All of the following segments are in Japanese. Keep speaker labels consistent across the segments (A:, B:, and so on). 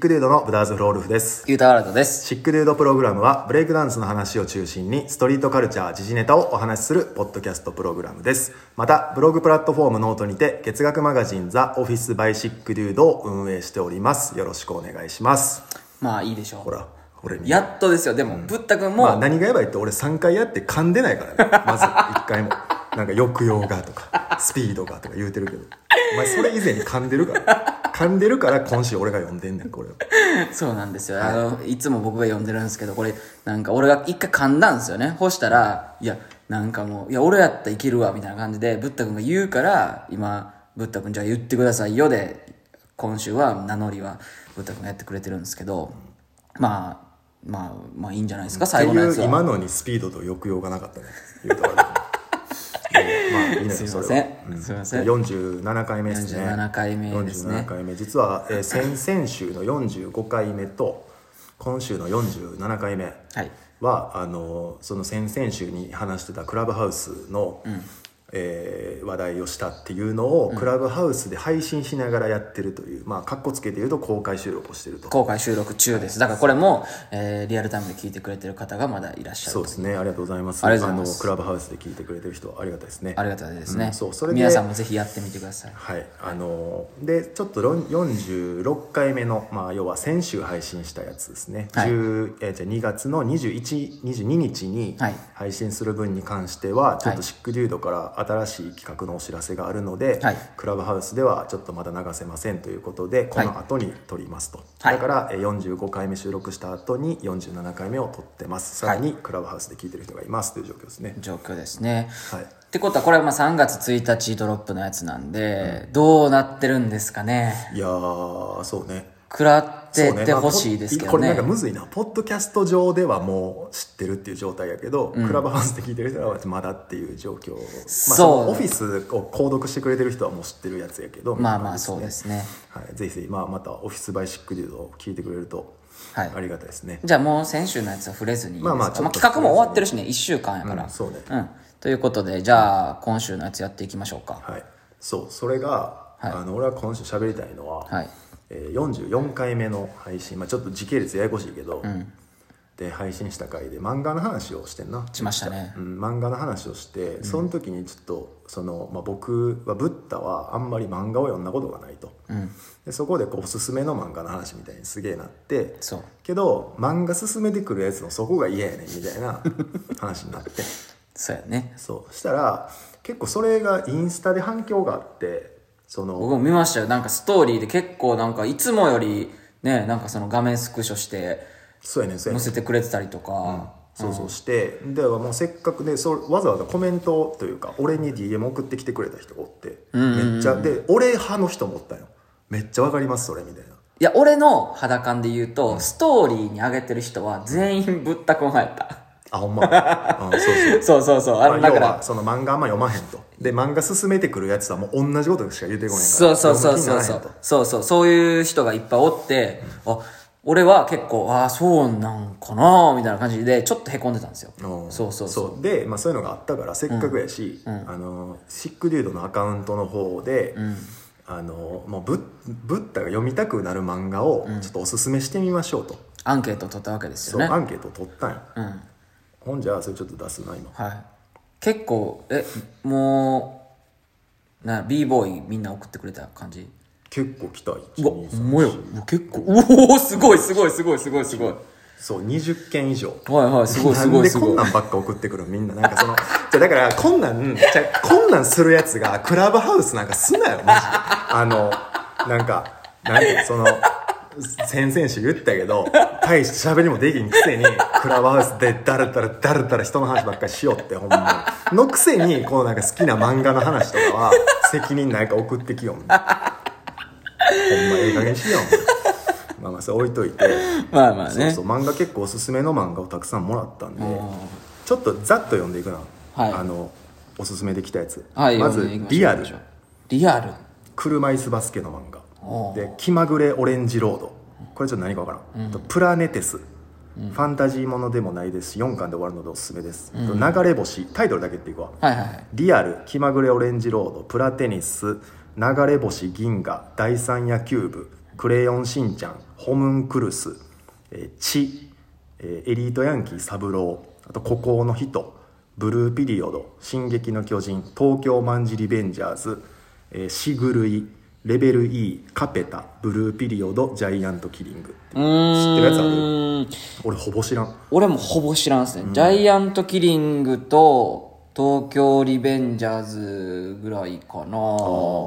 A: クデュードのブラーズフロールフです。
B: ゆうたワールドです。
A: シックデュードプログラムはブレイクダンスの話を中心にストリートカルチャー、時事ネタをお話しするポッドキャストプログラムです。また、ブログプラットフォームノートにて月額マガジンザ・オフィス・バイ・シックデュードを運営しております。よろしくお願いします。
B: まあいいでしょう。
A: ほら、俺に。
B: やっとですよ。でも、ぶったくんも、
A: まあ何がやばいって俺3回やって噛んでないから ね。まず1回も。なんか抑揚がとか、スピードがとか言うてるけど。お前それ以前に噛んでるから。噛んでるから今週俺が読んでんねん、これを。
B: そうなんですよ。あの、いつも僕が読んでるんですけど、これ、なんか俺が一回噛んだんですよね。ほしたら、いや、なんかもう、いや、俺やったらいけるわ、みたいな感じで、ぶったくんが言うから、今、ぶったくんじゃあ言ってくださいよで、今週は名乗りは、ぶったくんがやってくれてるんですけど、まあ、まあ、まあいいんじゃないですか、最後のや
A: っ
B: つ
A: てい
B: は。
A: う今のにスピードと抑揚がなかったね。言うと悪いけど まあいいのよ
B: すい
A: そ
B: ま
A: れ
B: せ
A: は
B: ん。すいません。
A: 47回目ですね
B: 47回目ですね
A: 47回目実は、えー先々週の45回目と今週の47回目
B: はい。
A: はあのその先々週に話してたクラブハウスの、えー話題をしたっていうのを、クラブハウスで配信しながらやってるというまあかっこつけて言うと公開収録をしてると
B: 公開収録中です。だからこれも、えーリアルタイムで聞いてくれてる方がまだいらっしゃる
A: そうですねありがとうございます
B: ありがとうございます
A: のクラブハウスで聞いてくれてる人ありがたいですね
B: ありがたいですね、
A: うんそうそれで
B: 皆さんもぜひやってみてください
A: はいあのーでちょっとろん46回目の、まあ、要は先週配信したやつですね、
B: はい
A: 10えーじゃあ2月の2122日に
B: はい
A: 配信する分に関してはちょっ
B: はい
A: とシックデュードから新しい企画のお知らせがあるので、
B: はい
A: クラブハウスではちょっとまだ流せませんということでこの後に撮りますと、
B: はい
A: だからえー45回目収録した後に47回目を撮ってますさらにクラブハウスで聞いてる人がいますという状況ですね、
B: 状況ですね、
A: はい
B: ってことはこれはまあ3月1日ドロップのやつなんで、どうなってるんですかね
A: いやーそうね
B: 食らって
A: そうね
B: て
A: まあ
B: ほしいですけ
A: ポッ
B: ど
A: これ
B: ね,、
A: なんかむずいなポッドキャスト上ではもう知ってるっていう状態やけど、クラブハウスで聞いてる人はまだっていう状況、まあ、
B: そう
A: のオフィスを購読してくれてる人はもう知ってるやつやけど
B: まあまあそうですね
A: はい、ぜひぜひ、まあ、またオフィスバイシックデュードを聞いてくれると
B: はい
A: ありがたいですね、
B: じゃあもう先週のやつは触れずにいいですか
A: まあまあちょっと
B: 企画も終わってるしね1週間やから、
A: うんそうね
B: んということでじゃあ今週のやつやっていきましょうか
A: はい、そうそれが、
B: はい
A: あの俺は今週喋りたいのは、
B: はい
A: えー44回目の配信、まあ、ちょっと時系列ややこしいけど、で配信した回で漫画の話をしてんな
B: しましたね
A: うん、漫画の話をしてその時にちょっとその、まあ、僕はブッダはあんまり漫画を読んだことがないと、でそこでこうおすすめの漫画の話みたいにすげえなって
B: そう
A: けど漫画勧めてくるやつのそこが嫌やねんみたいな話になって
B: そうやね
A: そうしたら結構それがインスタで反響があってその
B: 僕も見ましたよなんかストーリーで結構なんかいつもよりねなんかその画面スクショして
A: そうやねんそうや
B: 載
A: ねん
B: せてくれてたりとか、
A: そうそうして、でもうせっかくでそうわざわざコメントというか俺に DM 送ってきてくれた人がおって、めっちゃで俺派の人もおったよめっちゃわかりますそれみたいない
B: や俺の肌感で言うと、ストーリーに上げてる人は全員ぶったくん派やった
A: あほんま、うん、そうそう
B: そうそうそうあの
A: まあ
B: だか
A: 要
B: ら
A: はその漫画あんま読まへんとで漫画進めてくるやつはもう同じことしか言うてこないから
B: そうそうそう
A: 読む
B: そうそ
A: 気にならへんと
B: うそうそうそういう人がいっぱいおって、あ俺は結構ああそうなんかなみたいな感じでちょっとへこんでたんですよ、
A: うん
B: そうそうそう
A: で、まあ、そういうのがあったからせっかくやし、あのシックデュードのアカウントの方で、あのもうブッブッダが読みたくなる漫画をちょっとおすすめしてみましょうと、
B: アンケートを取ったわけです
A: そ
B: よ
A: う
B: ね
A: アンケートを取ったんや、
B: うん
A: ほんじゃそれちょっと出すな今
B: はい。結構、え、もう、な、b ボーイみんな送ってくれた感じ
A: 結構来た
B: うわ、
A: 1 2
B: ほんまよ。うわ結構、うおーすごいすごいすごいすごいすごい。
A: そう20件以上
B: は いはい、すごいすごいすごい
A: なんでこん。なんばっか送ってくるのみんななんかそのじゃあだ からこんなんじゃあこんなんするやつがクラブハウスなんかすなよマジであのなんかなんていうのその先々週言ったけど大して喋りもできんくせにクラブハウスでだらだらだらだら人の話ばっかりしようってほんまにのくせにこうなんか好きな漫画の話とかは責任ないから送ってきよんほんまええ加減にしようまあまあそれ置いといて
B: まあまあね。
A: そうそう漫画結構おすすめの漫画をたくさんもらったんでちょっとざっと読んでいくな、
B: はい
A: あのおすすめできたやつ、
B: はい、
A: まず
B: 読んでいき
A: 「リ
B: しょう
A: アル」。
B: リアル。
A: 車椅子バスケの漫
B: お
A: 画で「気まぐれオレンジロード」これちょっと何かわからん、あとプラネテス」ファンタジーものでもないですし4巻で終わるのでおすすめです、あと流れ星タイトルだけ言っていくわ、
B: はいはいはい。
A: リアル気まぐれオレンジロードプラテニス流れ星銀河第三野球部クレヨンしんちゃん」「ホムンクルス」えー「チ」えーエリートヤンキー三郎」あと「孤高の人」「ブルーピリオド」「進撃の巨人」「東京マンジリベンジャーズ」えー「シグルイ」「レベル E」「カペタ」「ブルーピリオド」「ジャイアントキリングっていう知ってるやつある
B: うん
A: 俺ほぼ知らん
B: 俺もほぼ知らんっすね、ジャイアントキリングと東京リベンジャーズぐらいかな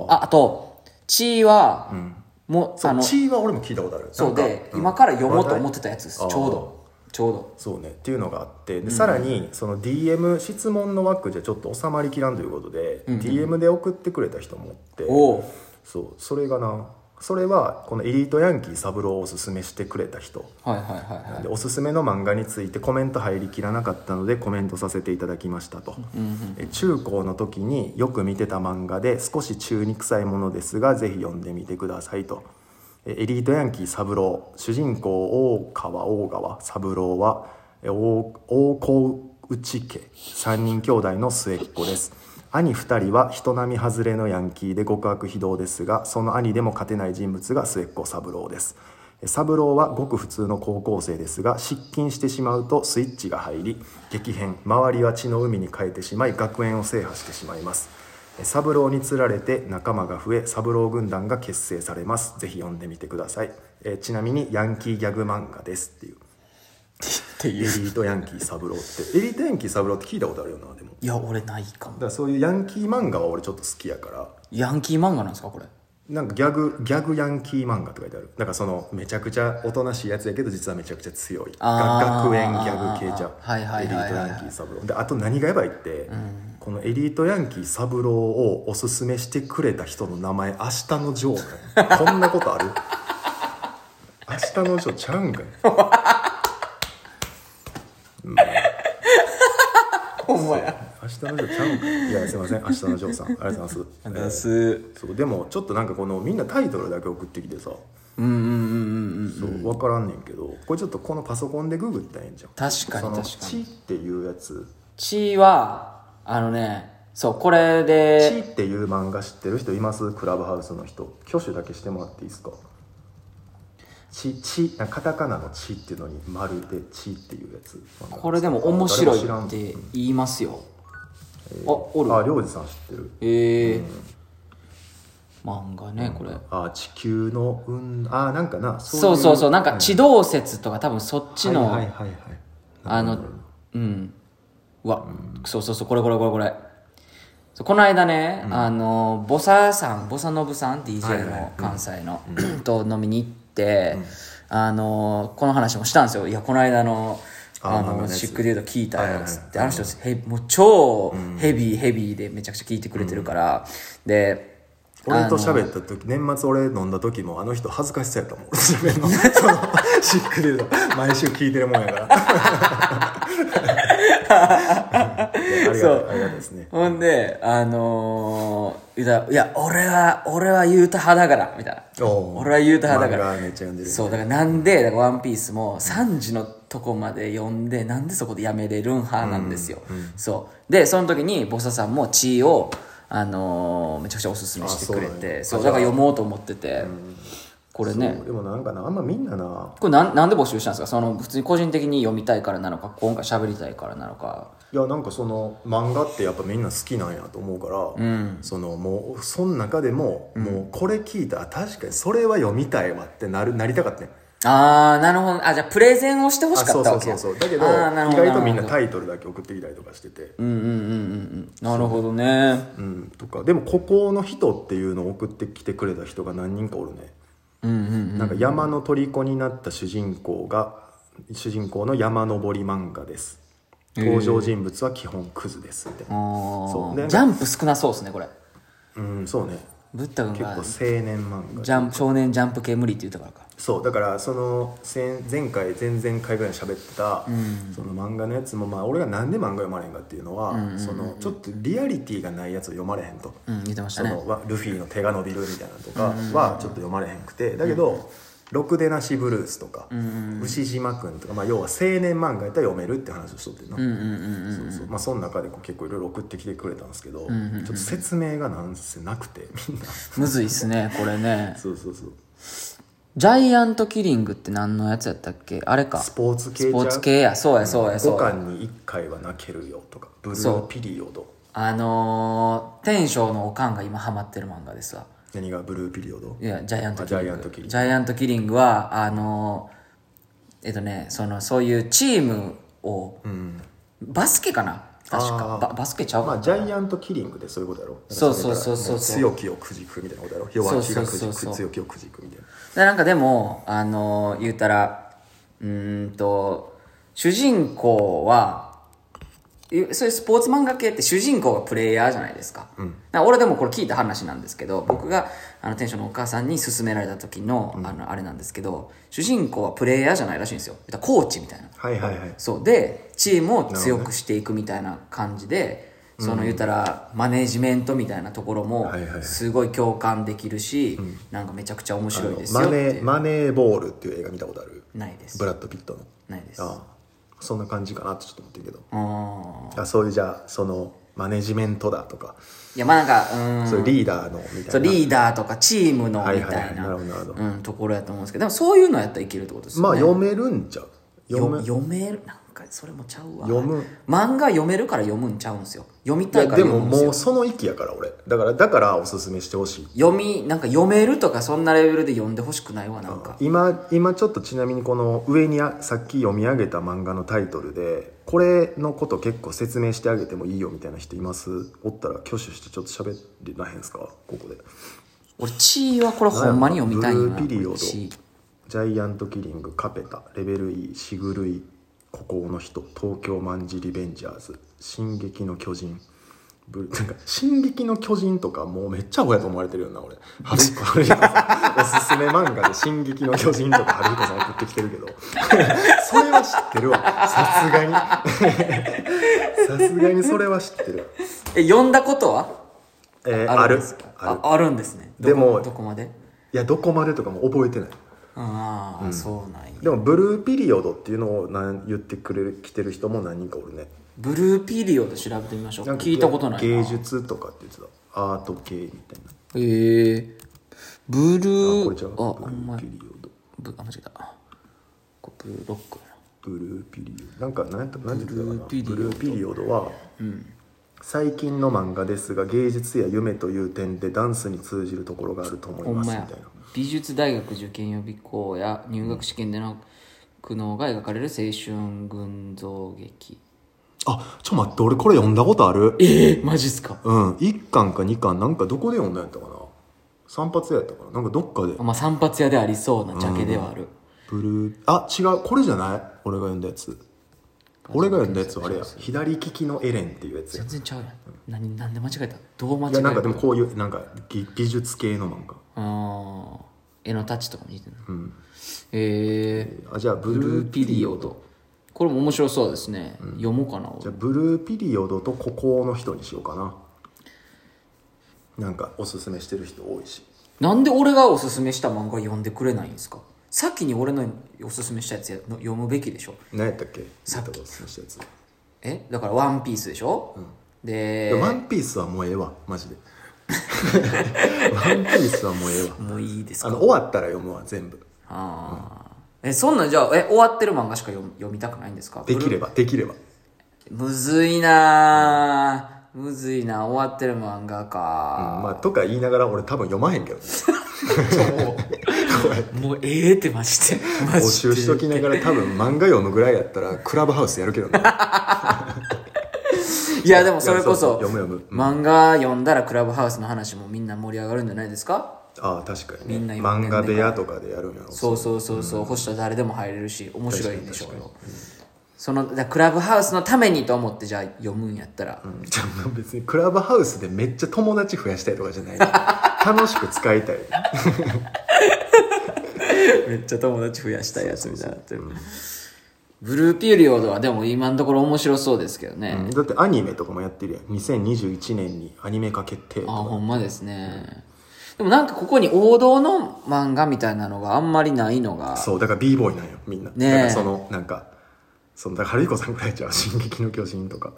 B: ああと血は、もう
A: そ
B: あ
A: う
B: の
A: 「チ」は俺も聞いたことある
B: そう
A: なんか
B: で、
A: うん
B: 今から読もうと思ってたやつですち
A: あ
B: ょ
A: ー
B: うどちょうど
A: そうねっていうのがあってでさらにその DM 質問の枠じゃちょっと収まりきらんということで、DM で送ってくれた人もおって
B: おう
A: そうそれがなそれはこのエリートヤンキー三郎をおすすめしてくれた人
B: はいはいはいはい
A: でおすすめの漫画についてコメント入りきらなかったのでコメントさせていただきましたと、え中高の時によく見てた漫画で少し中に臭いものですがぜひ読んでみてくださいとえエリートヤンキー三郎主人公大川大川三郎はえ大大河内家3人兄弟の末っ子です兄2人は人並み外れのヤンキーで極悪非道ですがその兄でも勝てない人物が末っ子三郎です三郎はごく普通の高校生ですが失禁してしまうとスイッチが入り激変周りは血の海に変えてしまい学園を制覇してしまいます三郎につられて仲間が増え三郎軍団が結成されますぜひ読んでみてください、えーちなみにヤンキーギャグ漫画ですっていう
B: って
A: エリ
B: いう
A: ートヤンキー三郎ってエリートヤンキー三郎って聞いたことあるよなでも
B: いや俺ないか
A: だ
B: も
A: からそういうヤンキー漫画は俺ちょっと好きやから
B: ヤンキー漫画なんですかこれ
A: なんかギャグギャグヤンキー漫画って書いてあるなんかそのめちゃくちゃおとなしいやつやけど実はめちゃくちゃ強い
B: あ
A: が
B: ー
A: 学園ギャグ系じゃん、
B: はいはいはいはい
A: エリート
B: はい
A: ヤンキー三郎であと何がやばいって、このエリートヤンキー三郎をおすすめしてくれた人の名前明日のジョーなんやこんなことある明日のジョーちゃうんかい、うん
B: お前あ
A: 明日のジョーちゃうんかいいやすいません明日のジョーさんありがとうございます
B: りがとうございます
A: そうでもちょっとなんかこのみんなタイトルだけ送ってきてさ
B: うんうんうんうんうん
A: そう分からんねんけどこれちょっとこのパソコンでググったらええんじゃん
B: 確かに
A: その
B: 確かに
A: 地っていうやつ
B: 血はあのねそうこれ
A: 地
B: で
A: っていう漫画知ってる人いますクラブハウスの人挙手だけしてもらっていいですか地地なんかカタカナの地っていうのに丸で地っていうやつ
B: これでも面白
A: 誰
B: い
A: も
B: っ
A: 知らん
B: て言いますよあお
A: あ
B: る
A: りょうじさん知ってる
B: ええ漫画ねこれ
A: あ地球のうんあなんかなそ
B: そうそうそうなん
A: は
B: か
A: い
B: 地動説とか多分そっち
A: はい
B: の
A: はいはい
B: あのうんうわそうそうそうこれこれこれこれそうこの間ね、あのボサさんボサノブさん DJ
A: はいはい
B: の関西の、 と飲みに行って、あのこの話もしたんですよいやこの間の
A: あー
B: あ
A: 漫画の
B: の
A: やつ
B: シックデュード聞いた
A: はい
B: よ
A: はい
B: つって、あの人ヘビもう超ヘビーヘビーでめちゃくちゃ聞いてくれてるから、で
A: 俺と喋った時年末俺飲んだ時もあの人恥ずかしそうやったもん喋るのそのシックデード毎週聞いてるも んやからうんいやありがたいあり
B: そう
A: がたいですね
B: ほんで、あのー、言うたらいや、俺は、俺は言うた派だから、みたいな。
A: おー
B: 俺は言うた派だか
A: 漫画めっちゃ読んで
B: ら。
A: る
B: そう、だからなんで、だからワンピースも3時のとこまで読んで、なんでそこでやめれるん派なんですよ。そう。で、その時に、ボサさんも地位を、あのー、めちゃくちゃおすすめしてくれ
A: あそうなん
B: て、
A: や
B: そう
A: あ
B: だから読もうと思ってて、これね
A: そう、でもなんかなあんまみんなな
B: これなんなんで募集したんですかその、普通に個人的に読みたいからなのか、今回喋りたいからなのか。
A: いやなんかその漫画ってやっぱみんな好きなんやと思うから、そのもうその中でも、もうこれ聞いたら確かにそれは読みたいわってなるなりたかったね
B: あー、なるほど。あ、じゃあプレゼンをしてほしか
A: そ
B: っ
A: う
B: た
A: そ
B: わ
A: うそ
B: けや
A: うそうだけど
B: あーなる
A: 意
B: ほど
A: 外とみん
B: なる
A: な
B: ほど
A: タイトルだけ送ってきたりとかしてて
B: うんうんうんうんうんなるほどね
A: うん、とかでも「孤高の人」っていうのを送ってきてくれた人が何人かおるね、
B: うんうん
A: なんか山の虜になった主人公が主人公の山登り漫画です登場人物は基本クズですみたいな、
B: あ
A: そう
B: ー
A: で
B: ジャンプ少なそうですねこれ
A: うん、そうね
B: ブッダ君
A: 結構
B: が
A: 青年漫画
B: ジャンプ少年ジャンプ系無理って言ったからか
A: そうだからその前前回前々回ぐらいに喋ってた、その漫画のやつも、まあ、俺がなんで漫画読まれへんかっていうのは、そのちょっとリアリティがないやつを読まれへんと、
B: うん言ってました
A: そ
B: ね
A: のわルフィの手が伸びるみたいなのとかはちょっと読まれへんくてだけど「ろくでなしブルース」とか「牛島くん」とか、まあ、要は青年漫画やったら読めるって話をしとってんなそうそうまあその中でこう結構いろいろ送ってきてくれたんですけどちょっと 説明がなんせなくてみんな
B: むずいっすねこれね
A: そうそうそう
B: ジャイアントキリングって何のやつやったっけあれか。
A: スポーツ系
B: スポーツ系や。そうや、そうや、
A: 5
B: そうや。
A: 巻に1回は泣けるよとかブルーピリオド
B: あのー、天章のおかんが今ハマってる漫画ですわ。
A: 何がブルーピリオド
B: いや、ジャイアントキリ
A: あジ
B: ング。
A: ャイアントキリング
B: ジャイアントキリングは、あのー、えっとね、その、そういうチームを、バスケかな確か
A: あー
B: バ。バスケちゃうか
A: ま
B: な、
A: あジャイアントキリングでそういうことやろ
B: そうそうそうそう
A: だかられがも強きをくじくみたいなことやろ弱気がくじ
B: そうそうそうそ
A: く
B: う
A: 強気をくじくみたいな
B: でなんかでも、あのー言うたら、うーんと、主人公は、いそういうスポーツ漫画系って主人公がプレイヤーじゃないですか。だから俺でもこれ聞いた話なんですけど、僕が、あの、店長のお母さんに勧められた時の、あの、あれなんですけど、主人公はプレイヤーじゃないらしいんですよ。言ったらコーチみたいな。
A: はいはいはい
B: そう。で、チームを強くしていくみたいな感じで、その言ったら、マネージメントみたいなところも
A: はいはいは、い
B: すごい共感できるし、なんかめちゃくちゃ面白いですよ
A: マ
B: って
A: ネ
B: いう
A: ーマネーボールっていう映画見たことある
B: ないです
A: ブラッド・ピットの
B: ないです
A: ああそんな感じかなってちょっと思ってるけど
B: うん
A: あそういうじゃあそのマネジメントだとか、
B: いやまあなんかうん
A: そういうリーダーのみたいな
B: そうリーダーとかチームの
A: はい
B: み
A: はい
B: たいな
A: なるほどなるほど
B: うんところやと思うんですけどでもそういうのやったらいけるってことですよ
A: まあ
B: ね
A: 読めるんちゃう読む
B: 読読めるなんかそれもちゃうわ
A: 読む
B: 漫画読めるから読むんちゃうんですよ読み
A: い
B: たい
A: や
B: から
A: で
B: 読
A: も
B: むんです
A: も
B: よ
A: うその域やから俺だからだからおすすめしてほしい
B: 読みなんか読めるとかそんなレベルで読んでほしくないわなんか
A: 今今ちょっとちなみにこの上にあさっき読み上げた漫画のタイトルでこれのこと結構説明してあげてもいいよみたいな人いますおったら挙手してちょっと喋れらへんすかここで
B: 俺チーはこれほんまに読みたいんよな
A: ブルーピリオド
B: チー
A: ジャイアントキリングカペタレベル E シグルイ孤高の人東京マンジリベンジャーズ進撃の巨人ブルなん か「進撃の巨人」とかもうめっちゃアホやと思われてるよな俺春彦春彦さんおすすめ漫画で「進撃の巨人」とか春彦さん送ってきてるけど それは知ってるわさすがに さすがにそれは知ってる、
B: え読んだことは
A: えー
B: あ
A: あ
B: るん
A: る
B: ですか
A: ある
B: ああるんですねどこ
A: でも
B: どこまで
A: いやどこまでとかも覚えてない
B: ああ、そうなんや
A: でもブルーピリオドっていうのをなん言ってくれる来てる人も何人かおるね
B: ブルーピリオド調べてみましょう
A: なんか
B: 聞いたことないな
A: 芸術とかって言ってたアート系みたいな
B: へえブル
A: あこれじゃ
B: ー
A: あ
B: あ
A: ブ
B: あ
A: ル
B: んま
A: ーピリ
B: り
A: オド
B: ぶあ間違えたこれブルーロックやな
A: ブルーピリオドなんか何やった何て言ってたかな
B: ブルーピリオド
A: ブルーピリオドは、最近の漫画ですが芸術や夢という点でダンスに通じるところがあると思い
B: ほん
A: ます
B: ま
A: みたい
B: や
A: な
B: 美術大学受験予備校や入学試験での苦悩が描かれる青春群像劇
A: あちょ待って俺これ読んだことある
B: ええマジっすか
A: うん1巻か2巻なんかどこで読んだんやったかな散髪屋やったかななんかどっかで
B: まあ散髪屋でありそうなジャケではある、
A: ブルーあ違うこれじゃない俺が読んだやつ俺が読んだやつはあれや左利きのエレンっていうやつや
B: 全然ちゃうやん何何で間違えたどう間違
A: い
B: えた
A: やなんかでもこういうなんかぎ美術系の漫画
B: ああ絵のタッチとかも似てるな、ええ
A: あじゃあブ
B: ブル
A: ル
B: ー
A: ー
B: ピリオドこれも面白そうですね、読もうかな
A: じ
B: 俺
A: ゃあブルーピリオドと孤高の人にしようかななんかおすすめしてる人多いし
B: なんで俺がおすすめした漫画読んでくれないんですか先に俺のおすすめしたやつやの読むべきでしょ
A: 何やったっけ
B: さっき
A: 言ったおすすめしたやつ、
B: えだから「ワンピースでしょ、で
A: ワンピースはもうええわマ ジでワンピースはもうええわ
B: もういいです
A: あ
B: か
A: の終わったら読むわ全部
B: ああえそんなんじゃあえ終わってる漫画しか読む読みたくないんですか
A: できればできれば
B: むずいなあむずいな終わってる漫画か、
A: まあ、とか言いながら俺多分読まへんけどね
B: もうええってましてマ
A: 募集しときながら多分漫画読むぐらいや ったらクラブハウスやるけどね
B: いやでもそれこそ
A: いやそうそう読む読む
B: 漫画読んだらクラブハウスの話もみんな盛り上がるんじゃないですか
A: ああ確かに
B: みんな
A: ね
B: 読んで
A: 漫
B: んねん
A: 画部屋とかでやるんやろ
B: そうそうそうそう、星田誰でも入れるし面白いんでしょうよそのだからクラブハウスのためにと思ってじゃあ読むんやったら、
A: うんじゃあ別にクラブハウスでめっちゃ友達増やしたいとかじゃないね楽しく使いたい
B: めっちゃ友達増やしたいやつみたいになってるブルーピリオドはでも今のところ面白そうですけどね、
A: だってアニメとかもやってるやん2021年にアニメ化決定
B: あほんまですね、でもなんかここに王道の漫画みたいなのがあんまりないのが
A: そうだから b ボーイなんよみんな、
B: ねえ
A: だからそのなんかそのだから春彦さんぐらいちゃう「進撃の巨人」とか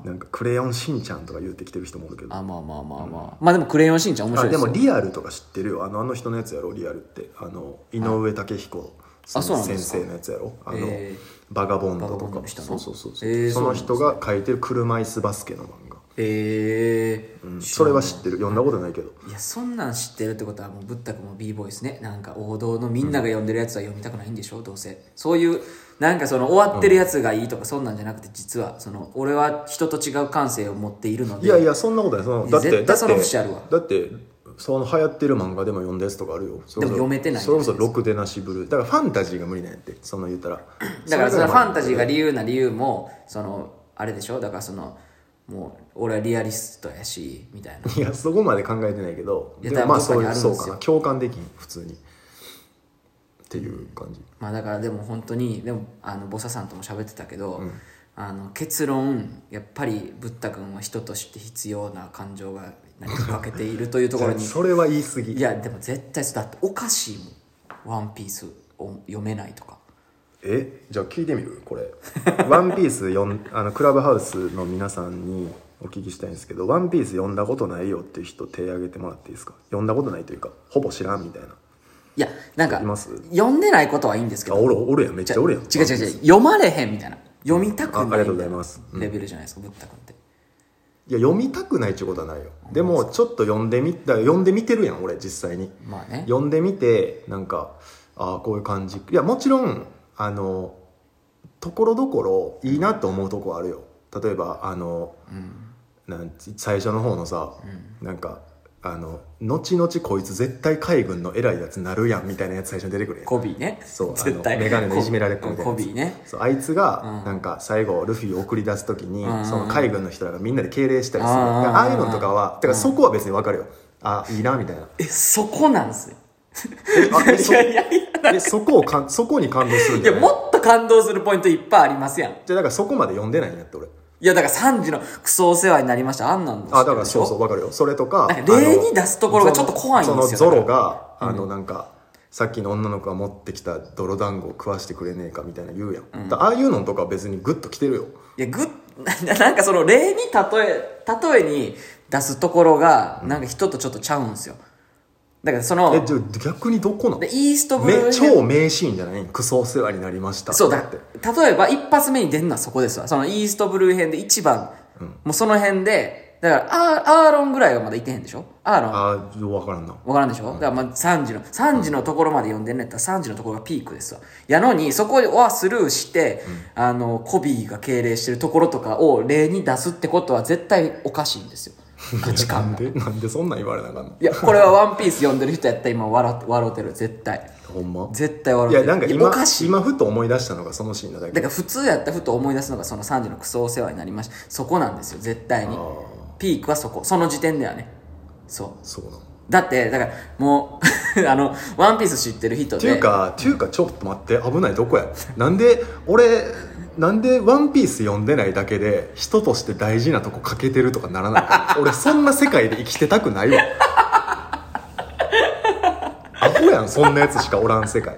A: 「なんかクレヨンしんちゃん」とか言ってきてる人もおるけど
B: ああまあまあまあまあまあでも「クレヨンしんちゃん」面
A: あ
B: 白い
A: で
B: で
A: も
B: すよ
A: リアルとか知ってるよあのあの人のやつやろリアルってあの井上武彦
B: あそうなんで
A: 先
B: すか
A: 生のやつやろあの、
B: えー
A: バガボンド
B: バ
A: と
B: ガボン
A: か
B: ドしたの
A: そうそうそうそう、
B: えー
A: その
B: そ
A: 人
B: うな
A: が書いてる車椅子バスケの漫画、
B: ええ
A: うんそれは知ってる読んだことないけど
B: いやそんなん知ってるってことはもうぶったくも b ボイスねなんか王道のみんなが読んでるやつは読みたくないんでしょ、どうせそういうなんかその終わってるやつがいいとかそんなんじゃなくて実はその俺は人と違う感性を持っているので
A: いやいやそんなことないそのだって
B: 絶対
A: だっ
B: その
A: て
B: 節あるわ
A: だってその流行ってる漫画でも読んだやつとかあるよそれこそ
B: でも読めてない
A: それこそ「ろくでなしブルー」だからファンタジーが無理なんやってその言ったら
B: だからその
A: れが
B: フ
A: まあ
B: ァンタジーが理由な理由もそのあれでしょだからそのもう俺はリアリストやしみたいない
A: やそこまで考えてないけど
B: いや
A: でもまあ
B: 多
A: そう
B: 分
A: い
B: ど
A: う
B: っかにあるん
A: そう
B: ですよ
A: かな共感できん普通にっていう感じ
B: まあだからでも本当にでもあのボサさんとも喋ってたけど、あの結論やっぱりブッダ君は人として必要な感情が何か欠けているというところに
A: それは言い過ぎ
B: いやでも絶対そうだっておかしいもん「ワンピースを読めないとか
A: えじゃあ聞いてみるこれ 「ワンピース読んあのクラブハウスの皆さんにお聞きしたいんですけど「ワンピース読んだことないよっていう人手挙げてもらっていいですか読んだことないというかほぼ知らんみたいない
B: やなんか
A: います
B: 読んでないことはいいんですけ
A: あ
B: ど
A: おるおるやんめっちゃおるやん
B: 違う違う違う読まれへんみたいな読みたくないみた
A: あありがとうございますうん
B: レベルじゃないですかブッダ君って
A: いや読みたくないっちゅうことはないよでもちょっと読んでみた読んでみてるやん俺実際に
B: まあね
A: 読んでみてなんかああこういう感じいやもちろんあのところどころいいなと思うとこあるよ例えばあの、なん最初の方のさ、なんかあの後々こいつ絶対海軍の偉いやつなるやんみたいなやつ最初に出てくるやん
B: コビーね
A: そう
B: 絶対
A: あのメガネでいじめられっ子
B: コ
A: みたいな
B: コ
A: やつ
B: ビーね
A: そうあいつがなんか最後ルフィを送り出す時に
B: んうん
A: その海軍の人らがみんなで敬礼したりする
B: うんうんうん
A: だからああいうのとかはだからそこは別に分かるよあいいなみたいな
B: えそこなんですよ
A: えあえそ
B: いやいやいや
A: えそこをかんそこに感動するん
B: い
A: じゃ
B: や
A: ない
B: もっと感動するポイントいっぱいありますやん
A: じゃあだからそこまで読んでないんやって俺
B: いやだから3時のクソお世話になりましたあんなんの
A: あだからそうそうう分かるよそれとか
B: なんか例
A: あ
B: に
A: の
B: 出すところがちょっと怖いんですよ
A: そのそのゾロがあのなんか、さっきの女の子が持ってきた泥団子を食わしてくれねえかみたいな言うやん、だからああいうのとかは別にグッときてるよ
B: いやぐっ なんかその例に例え例えに出すところがなんか人とちょっとちゃうんですよだからその
A: えじゃあ逆にどこなの
B: でイーストブルー
A: め
B: ヘ
A: 超名シーンじゃないクソお世話になりました
B: そうだ
A: って
B: 例えば一発目に出るのはそこですわそのイーストブルー編で一番、もうその辺でだからアーアーロンぐらいはまだいてへんでしょアーロン
A: ああ分からんな
B: わからんでしょ、だからまあ3時の3時のところまで読んでんのやったら3時のところがピークですわやのにそこはスルーして、あのコビーが敬礼してるところとかを例に出すってことは絶対おかしい んですよ価値
A: な
B: 観
A: ん
B: が
A: で なんでそんなん言われなあかんの
B: いやこれは「ワンピース読んでる人やったら今笑って笑うてる絶対
A: ほんま
B: 絶対笑
A: いう
B: て
A: や
B: る
A: なんか
B: いや
A: 今
B: おかしい
A: 今ふと思い出したのがそのシーンなだ
B: だ
A: け
B: から普通やったらふと思い出すのがその3時のクソお世話になりましたそこなんですよ絶対にピークはそこその時点ではねそう
A: そうなのっ
B: だってだからもう あの「ワンピース知ってる人で
A: ていうかっていうかちょっと待って危ないどこやなんで俺なんで「ワンピース読んでないだけで人として大事なとこ欠けてるとかならないか 俺そんな世界で生きてたくないわアホやんそんなやつしかおらん世界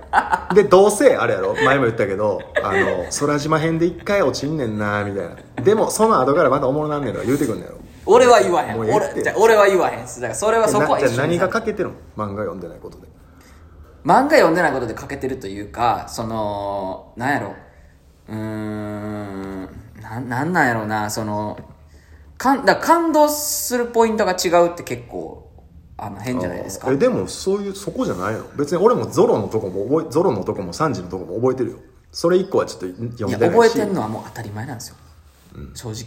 A: でどうせあれやろ前も言ったけどあの空島編で一回落ちんねんなみたいなでもその後からまたおもろなんねんとか言うてくんねんやろ
B: 俺は言わへん
A: もう言って
B: 俺じゃあ俺は言わへんっすだからそれはそこは
A: な
B: 一緒
A: じ
B: に
A: ゃあ何が欠けてるの漫画読んでないことで
B: 漫画読んでないことで欠けてるというかそのなんやろうーんなんなんなんやろうなそのかんだから感動するポイントが違うって結構あの変じゃないですか
A: えでもそういうそこじゃないの別に俺もゾロのとこも覚えゾロのとこもサンジのとこも覚えてるよそれ以降はちょっと読んで
B: い
A: ない
B: や
A: し
B: 覚えてんのはもう当たり前なんですよ、正直、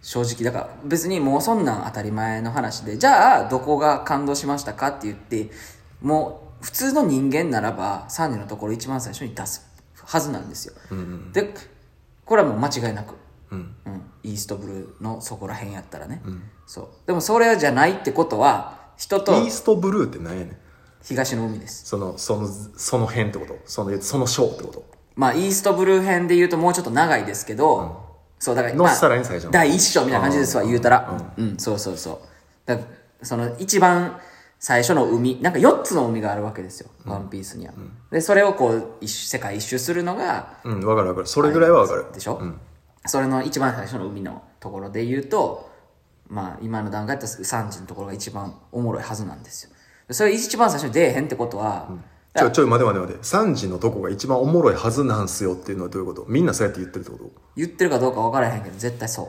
B: 正直だから別にもうそんなん当たり前の話でじゃあどこが感動しましたかって言ってもう普通の人間ならば3時のところ一番最初に出すはずなんですよ、でこれはもう間違いなく、
A: うん
B: うんイーストブルーのそこら辺やったらね、そうでもそれじゃないってことは人と
A: イーストブルーって何やねん
B: 東の海です
A: そのそのその辺ってことそのその章ってこと
B: まあ、イーストブルー編で言うともうちょっと長いですけど、そう、だから、
A: の
B: まあ
A: さらに最初の
B: 第一章みたいな感じですわ、言うたら。うん、そうそうそう。だからその、一番、最初の海なんか4つの海があるわけですよ、ワンピースには、でそれをこう一周世界一周するのが
A: うん、わかるわかる。それぐらいはわかる。
B: でしょ、
A: うん。
B: それの一番最初の海のところで言うとまあ今の段階だったら3時のところが一番おもろいはずなんですよでそれ一番最初に出えへんってことは、
A: ちょ、ちょい、待て待て待て。3時のとこが一番おもろいはずなんすよっていうのはどういうことみんなそうやって言ってるってこ
B: 言ってるかどうか分からへんけど絶対そ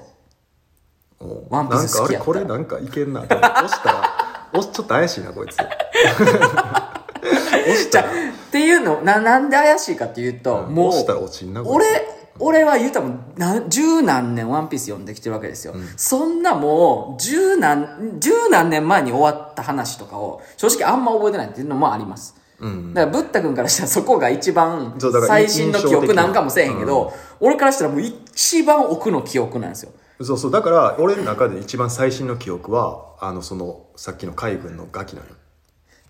B: う
A: とおう
B: ワンピース好き
A: なんかあれ、
B: やったら
A: これなんかいけんな。多分押したら、押し、ちょっと怪しいな、こいつ。押したら、
B: っていうのななんで怪しいかっていうと、
A: うん
B: もう
A: 落ちたら落ちんなこ
B: 俺
A: れ
B: 俺は言うたらもう何十何年「ワンピース読んできてるわけですよ、そんなもう十何十何年前に終わった話とかを正直あんま覚えてないっていうのもあります、だからブッダ君からしたらそこが一番
A: そうだから
B: 最新の記
A: 印象
B: 憶
A: 的な
B: なんかもせえへんけど、俺からしたらもう一番奥の記憶なんですよ
A: そうそう、だから、俺の中で一番最新の記憶は、あの、その、さっきの海軍のガキなのよ。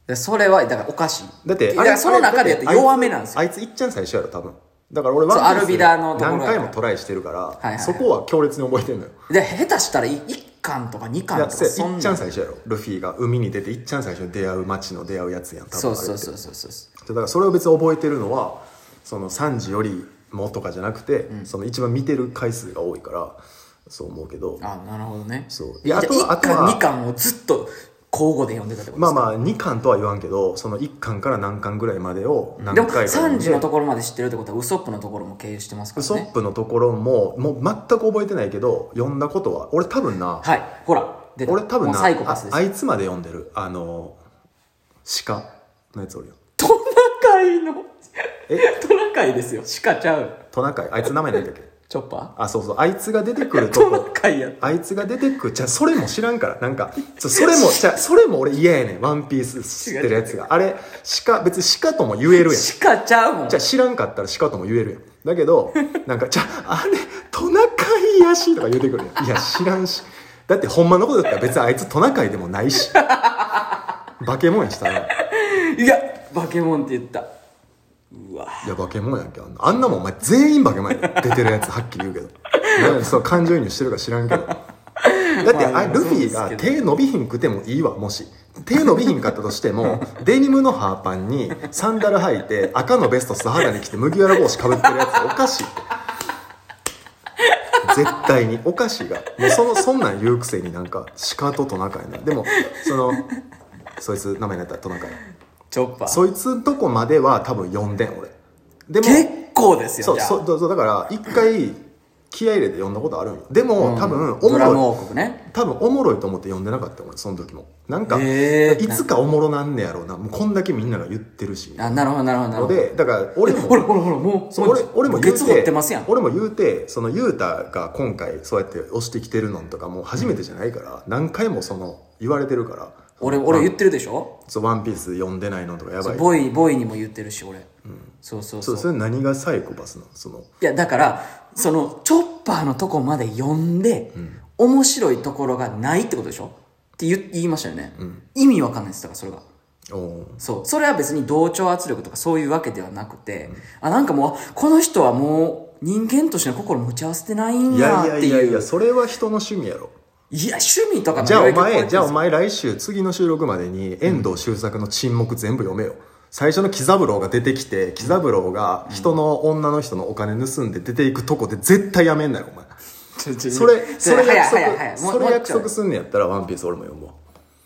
B: でそれはだからおかしい
A: だって、
B: だからその中でやって弱めなんですよ
A: あいつ、あいついっちゃん最初やろ、多分。だから俺
B: そう
A: ワンピース
B: アルビダのところや
A: 何
B: から
A: 回もトライしてるから、
B: いはいはい
A: そこは強烈に覚えてるのよ。
B: で下手したら1巻とか2
A: い
B: 巻
A: や、
B: と
A: せ
B: か
A: や
B: そ
A: い
B: ん
A: っちゃ
B: なん
A: 最初やろ。ルフィが海に出て、いっちゃん最初に出会う街の出会うやつやん、多分
B: そうそ
A: あれ
B: う
A: って
B: そうそうそう
A: だからそれを別に覚えてるのは、その3時よりもとかじゃなくて、その一番見てる回数が多いから、そう思うけど。
B: あなるほどね
A: そう
B: い
A: いや
B: やあ
A: あ
B: と
A: とは
B: 1巻
A: あとは
B: 2巻をずっと交互で読んでたってことで
A: ますあ
B: か、
A: まあ2巻とは言わんけどその1巻から何巻ぐらいまでを何
B: でも
A: 回か読ん
B: 3
A: で
B: 時のところまで知ってるってことはウソップのところも経由してますか
A: ウソ
B: ら
A: ッ
B: ね
A: プのところももう全く覚えてないけど読んだことは俺多分な
B: はいほら出た
A: 俺多分
B: もう
A: な
B: サイコパス
A: あ
B: です
A: あいつまで読んでるあの鹿のやつおるよ
B: トナカイの
A: え
B: トナカイですよしかちゃう
A: トナカイあいつ名前ないんだっけ
B: チョッパ
A: あそうそうあいつが出てくる
B: ー
A: と
B: トナ
A: こ
B: カイや
A: あいつが出てくるじゃあそれも知らんからなんかちょそれもじゃあそれも俺嫌やねんワンピース知ってるやつがあれ鹿別に鹿とも言えるやん
B: しかちゃうもん
A: じゃあ知らんかったらしかとも言えるやん。だけ ど、なんか、じゃあ、あれ、トナカイやしとか言うてくるやん。いや、知らんし。だって、ほんまのことだったら別にあいつトナカイでもないし。バケモンやしたな。い
B: いやバケモンって言ったうわ
A: や、バケモンやんけ。あんなあんなもん、お前全員バケモンやで出てるやつ、はっきり言うけど。 なんかそう、感情移入してるか知らんけど。だって、
B: まあ
A: あ、ルフィ
B: そう
A: が
B: ですけ
A: 手伸びひんくてもいいわ、もし。手伸びひんかったとしても、 デニムのハーパンにサンダル履いて、赤のベスト素肌に着て麦わら帽子かぶってるやつおかしいって。絶対におかしいがもうそのそんなん言うくせになんか鹿とトナカイなでもそのそいつ名前になったらトナカイ
B: チョッパー
A: そいつんとこまでは多分読んでん俺でも
B: 結構ですよ
A: そう
B: じゃあ
A: そうそうだから一回気合い入れて読んだことあるんよでも、多分お
B: ド
A: も
B: ラム
A: ろ
B: 王
A: い
B: 国ね
A: 多分おもろいと思って読んでなかった俺その時もなんか、
B: へー
A: いつかおもろなんねやろうなもうこんだけみんなが言ってるし
B: あなるほどなるほどなる
A: の
B: ほど
A: でだから俺 も
B: ほらほらほらもう
A: そう俺俺も
B: ケ
A: 言う
B: ツ掘っててますやん
A: 俺も言うてその雄太が今回そうやって押してきてるのとかもう初めてじゃないから、何回もその言われてるから
B: 俺俺言ってるでしょ
A: そうワンピース読んでないのとかやばい
B: ボイボイにも言ってるし俺そうそう
A: そ
B: そうう
A: それ何がサイコパスなのその
B: いやだからそのチョッパーのとこまで読んで、面白いところがないってことでしょって言言いましたよね、意味わかんないですだからそれが
A: おー
B: そうそれは別に同調圧力とかそういうわけではなくて、あなんかもうあこの人はもう人間としての心持ち合わせてないん
A: い
B: や
A: や
B: っ
A: いや
B: ていう
A: い
B: い
A: や
B: や
A: いやそれは人の趣味やろ
B: 趣味とかの
A: じゃあお
B: 領域を超えて
A: 前じゃあお
B: る
A: 前来週次の収録までに遠藤周作の沈黙全部読めよ、最初の喜三郎が出てきて喜三郎が人の女の人のお金盗んで出ていくとこで絶対やめんなよお前
B: ちょちょ
A: それ、
B: ち
A: そ
B: ょ
A: れ
B: 早い
A: 約
B: 早い早
A: 束、
B: いも
A: そ
B: う
A: れ
B: もう
A: 約
B: ちょい
A: 束すんねやったら、ワンピース俺も読むわ。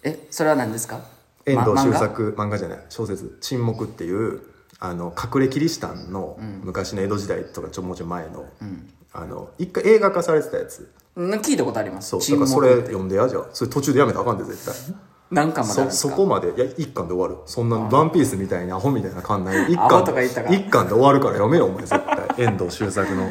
B: えそれは何ですか
A: 遠藤
B: ま漫
A: 周
B: 画
A: 作、漫画じゃない、小説、沈黙っていう、あの、隠れキリシタンの、昔の江戸時代とか、ちょ、もうちょい前の、あの、一回映画化されてたやつ。
B: うん聞いたことあります
A: そう、だ
B: 沈
A: から
B: 黙
A: それ読んでや、じゃあ。それ途中でやめたらあかんで、絶対。
B: 何巻まであるん
A: そ、そ
B: ですか
A: こまで、いや、一巻で終わる。そんな、ワンピースみたいにアホみたいな感ない。一
B: アホ
A: 巻
B: とか言ったか、
A: 一巻で終わるから読めよ、お前、絶 対。遠藤周作の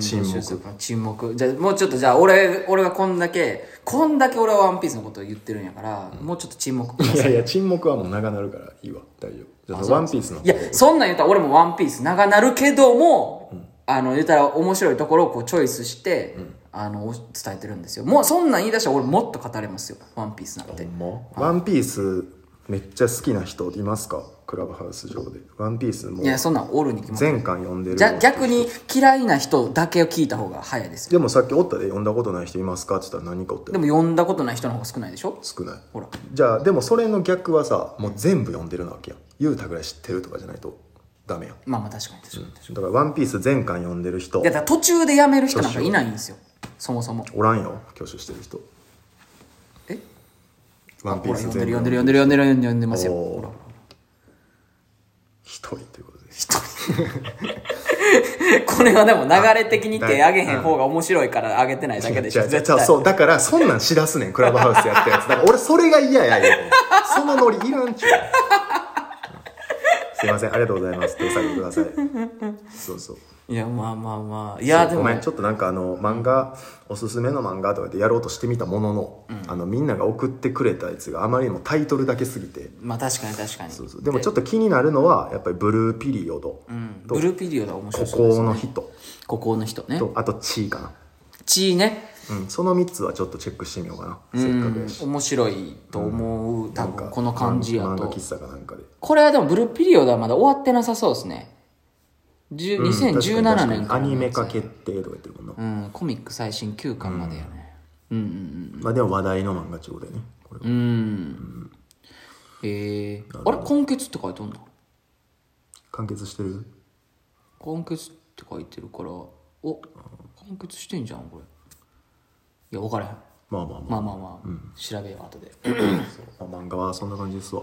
A: 沈
B: 遠藤周
A: 黙。
B: 作の沈黙じゃあもうちょっとじゃあ俺俺がこんだけこんだけ俺はワンピースのことを言ってるんやから、もうちょっと沈黙くだ
A: い
B: さ
A: や
B: い
A: いや、沈黙はもう長なるから、いいわ、大丈夫。じゃあ、ワンピースの。
B: いやそんなん言ったら俺もワンピース長なるけども、あの言ったら面白いところをこうチョイスして、あの伝えてるんですよもうそんなん言い出したら俺もっと語れますよワンピースなんて
A: ワンピースめっちゃ好きな人いますかクラブハウス上で「ワンピースも
B: いやそんなんオールに決まってる
A: 全巻読んでる
B: じゃ逆に嫌いな人だけを聞いた方が早いですよ
A: でもさっきおったで読んだことない人いますかって言ったら何かおって
B: でも読んだことない人の方が少ないでしょ
A: 少ない
B: ほら
A: じゃあでもそれの逆はさもう全部読んでるなわけやんゆうたぐらい知ってるとかじゃないとダメやん
B: まあまあ確かに確かに、い
A: だから「ワンピース全巻読んでる人
B: やだから途中でやめる人なんかいないんですよそもそも
A: おらんよ挙手してる人
B: え
A: ワンピース
B: ほ
A: 全
B: ら読ん
A: 部
B: でる読んでる読んでる読んでる読んでる読んでますよ
A: おー
B: ほら
A: 一人という ことで
B: これはでも流れ的に手あげへん方が面白いからあげてないだけでしょ
A: 違う違う違う
B: 絶対
A: そうだからそんなん知らすねんクラブハウスやったやつだから俺それが嫌やよそのノリいらんちゅうすいませんありがとうございます手下げくださいそうそう
B: いやまあまあまあいやで
A: ご
B: も
A: めんちょっとなんかあの漫画おすすめの漫画とかでやろうとしてみたものの、あのみんなが送ってくれたやつがあまりにもタイトルだけすぎて
B: まあ確かに確かに
A: そうそうでもちょっと気になるのはやっぱりブルーピリオド
B: うん
A: と、
B: ブルーピリオドは面白
A: 孤
B: そうです
A: 高
B: ね
A: の人
B: ここの人ね
A: とあと地位かな
B: 地位ね
A: うん、その3つはちょっとチェックしてみようかな、せっかくやし
B: 面白いと思う多
A: なん
B: 分
A: か
B: この感じや
A: 漫画
B: と
A: 喫茶かなんかで
B: これはでもブルーピリオドはまだ終わってなさそうですね10 2017年
A: ア
B: からのやつ
A: ニメ化決定とか言ってるもんな、
B: うんコミック最新9巻までやねうんうんうん
A: まあでも話題の漫画中でねこれは
B: うんえー、あれ根血って書いてあんの
A: 完結してる
B: 根血って書いてるからお完結してんじゃんこれいや分からへん
A: まあまあま
B: まあまあまあ、調べよう後で
A: あ、そうまあ漫画はそんな感じですわ、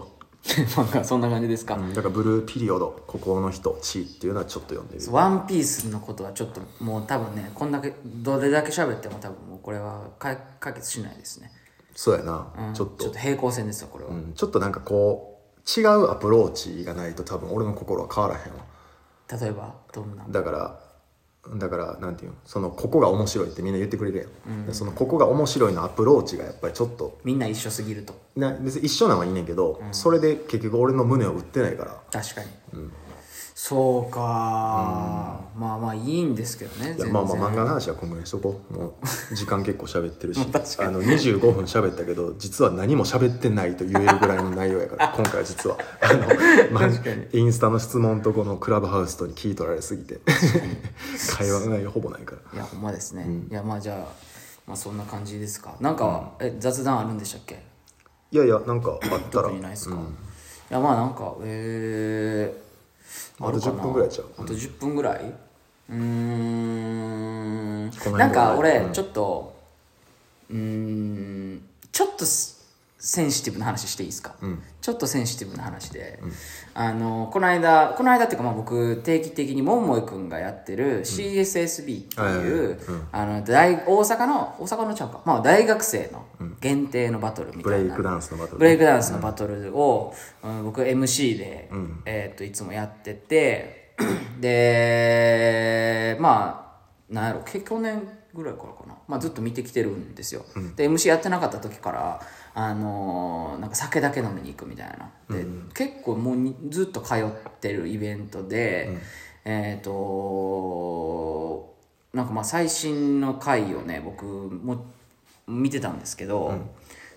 B: なんかそんな感じですか、
A: うんだからブルーピリオド「孤高の人」「地位」っていうのはちょっと読んでみる
B: ワンピースのことはちょっともう多分ねこんだけどれだけ喋っても多分もうこれは解解決しないですね
A: そうやな、
B: うん
A: ちょっと
B: ちょっと平行線ですよこれは、
A: うん、ちょっとなんかこう違うアプローチがないと多分俺の心は変わらへんわ
B: 例えばどんな
A: だからだからなんていうのそのここが面白いってみんな言ってくれるやん、そのここが面白いのアプローチがやっぱりちょっと
B: みんな一緒すぎると
A: な別に一緒なんはいいねんけど、それで結局俺の胸を打ってないから
B: 確かに、そうか、まあまあいいんですけどね
A: いや
B: 全然
A: まあまあ漫画の話はこんぐらいにしとこうもう時間結構喋ってるし
B: 確かに
A: あの25分喋ったけど実は何も喋ってないと言えるぐらいの内容やから 今回は実はあの、まあ
B: 確かに
A: インスタの質問とこのクラブハウスとに聞い取られすぎ て会話がほぼないから
B: いやほんまですね、いやまあじゃあまあそんな感じですかなんか、え雑談あるんでしたっけ
A: いやいやなんかあったら
B: 特にないですか、いやまあなんかえー、
A: あと
B: るかな
A: 10分ぐらいちゃう
B: あと10分ぐらいうーん
A: この辺ぐらい
B: なんか俺ちょっとうーんちょっとすセンシティブな話していいですか、ちょっとセンシティブな話で、あのこの間この間っていうかまあ僕定期的にもんもいくんがやってる CSSB っていう、あの大大阪の大阪のちゃうか、まあ、大学生の限定のバトルみたいな
A: ブレイクダンスのバトル
B: ブレイクダンスのバトルを、うん僕 MC で、えーっといつもやっててでまあなんやろけ去年ぐらいからかな、まあ、ずっと見てきてるんですよ、で MC やってなかった時から、あのーなんか酒だけ飲みに行くみたいなで、結構もうにずっと通ってるイベントで、えーっとなんかまあ最新の回をね僕も見てたんですけど、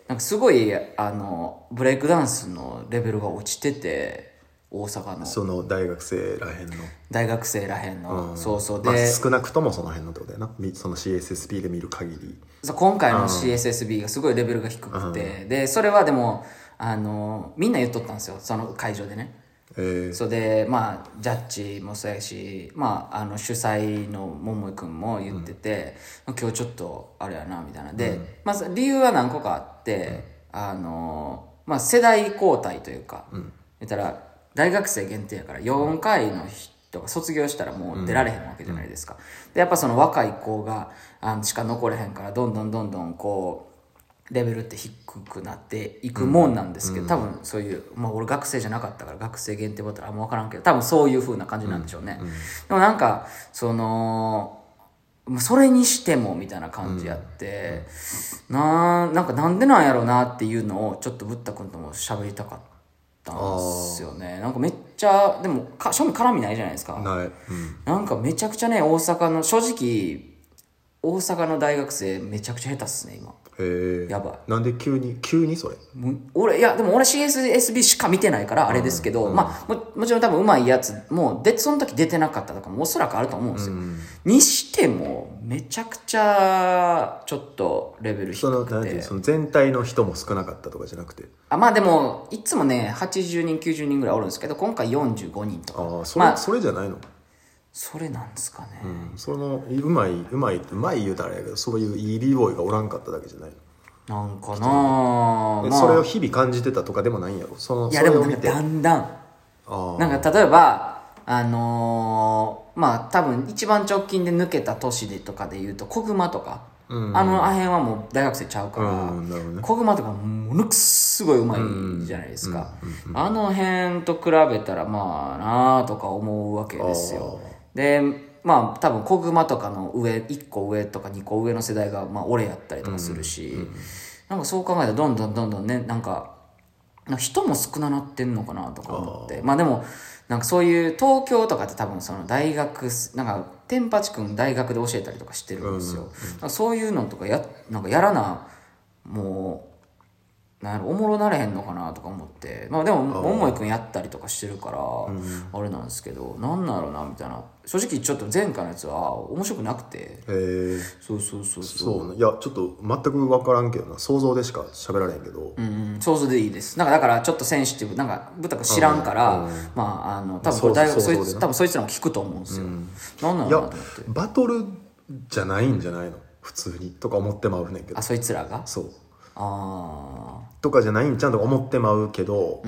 B: なんかすごいあのブレイクダンスのレベルが落ちてて大阪の
A: その大学生らへんの、
B: 大学生らへんの、
A: ん
B: そうそうで、
A: まあ、少なくともその辺のってことやなみその CSSP で見る限り
B: そう今回の CSSB がすごいレベルが低くて、でそれはでもあのみんな言っとったんですよその会場でね
A: えー
B: それでまあジャッジもそうやし、まあ、あの主催の桃井君も言ってて、今日ちょっとあれやなみたいなで、まず理由は何個かあって、あのまあ、世代交代というか、言ったら大学生限定やから4回の人が卒業したらもう出られへんわけじゃないですか、でやっぱその若い子があのしか残れへんからどんどんどんどんこうレベルって低くなっていくもんなんですけど、多分そういう、まあ、俺学生じゃなかったから学生限定バトルあんま分からんけど多分そういう風な感じなんでしょうね、でもなんかそのもうそれにしてもみたいな感じやって、なーなんかなんでなんやろうなっていうのをちょっとブッダ君とも喋りたかったんですよねなんかめっちゃでもか正味絡みないじゃないですか
A: ない、うん
B: なんかめちゃくちゃね大阪の正直大阪の大学生めちゃくちゃ下手っすね今
A: へえ
B: やばい
A: なんで急に急にそれ
B: もう俺いやでも俺 CSSB しか見てないからあれですけど、まあももちろん多分うまいやつもでその時出てなかったとかもおそらくあると思うんですよ、にしてもめちゃくちゃちょっとレベル
A: その
B: 低
A: なん
B: く
A: ていう
B: て
A: その全体の人も少なかったとかじゃなくて
B: あまあでもいつもね80人90人ぐらいおるんですけど今回45人とか
A: ああそれ、
B: まあ
A: それじゃないの
B: それなんですかね、
A: うんそのうまいうまいうまい言うたらあれやけどそういういい b ボーイがおらんかっただけじゃないの
B: なんかなあ、
A: え
B: まあ
A: それを日々感じてたとかでもないんやろその
B: いや
A: そ
B: で
A: れ
B: も
A: を
B: なん
A: 見
B: か
A: てあ
B: だんだん
A: あ
B: なんか例えばあのーまあ多分一番直近で抜けた都市でとかで言うと小熊とか、あのあ辺はもう大学生ちゃうから、
A: うんなるほどね
B: 小熊とかものすごいうまいじゃないですか、あの辺と比べたらまあなあとか思うわけですよでまあ多分小熊とかの上1個上とか2個上の世代がまあ俺やったりとかするし、なんかそう考えたらどんどんどんどんねなんかなんか人も少ななってんのかなとか思ってまあでもなんかそういう東京とかって多分その大学すなんか天八君大学で教えたりとかしてるんですよ、なんかそういうのとかやなんかやらなもうなんやろおもろなれへんのかなとか思ってまあでも桃井君やったりとかしてるから、あれなんですけどなんなんやろなみたいな正直ちょっと前回のやつは面白くなくて
A: へえ
B: そうそうそうそう
A: そうねいやちょっと全く分からんけどな想像でしか喋られへんけど、
B: うん、想像でいいですなんかだからちょっとセンシティブなんか豚くん知らんから、まああの多分これ大学
A: そ
B: そうい
A: そうそう
B: つ多分そいつらも聞くと思うんですよ、なんなん
A: い
B: だろ
A: や
B: うなと思って
A: バトルじゃないんじゃないの普通にとか思ってまうねんけど
B: あそいつらが
A: そう
B: あ
A: とかじゃないんちゃんとか思ってまうけど、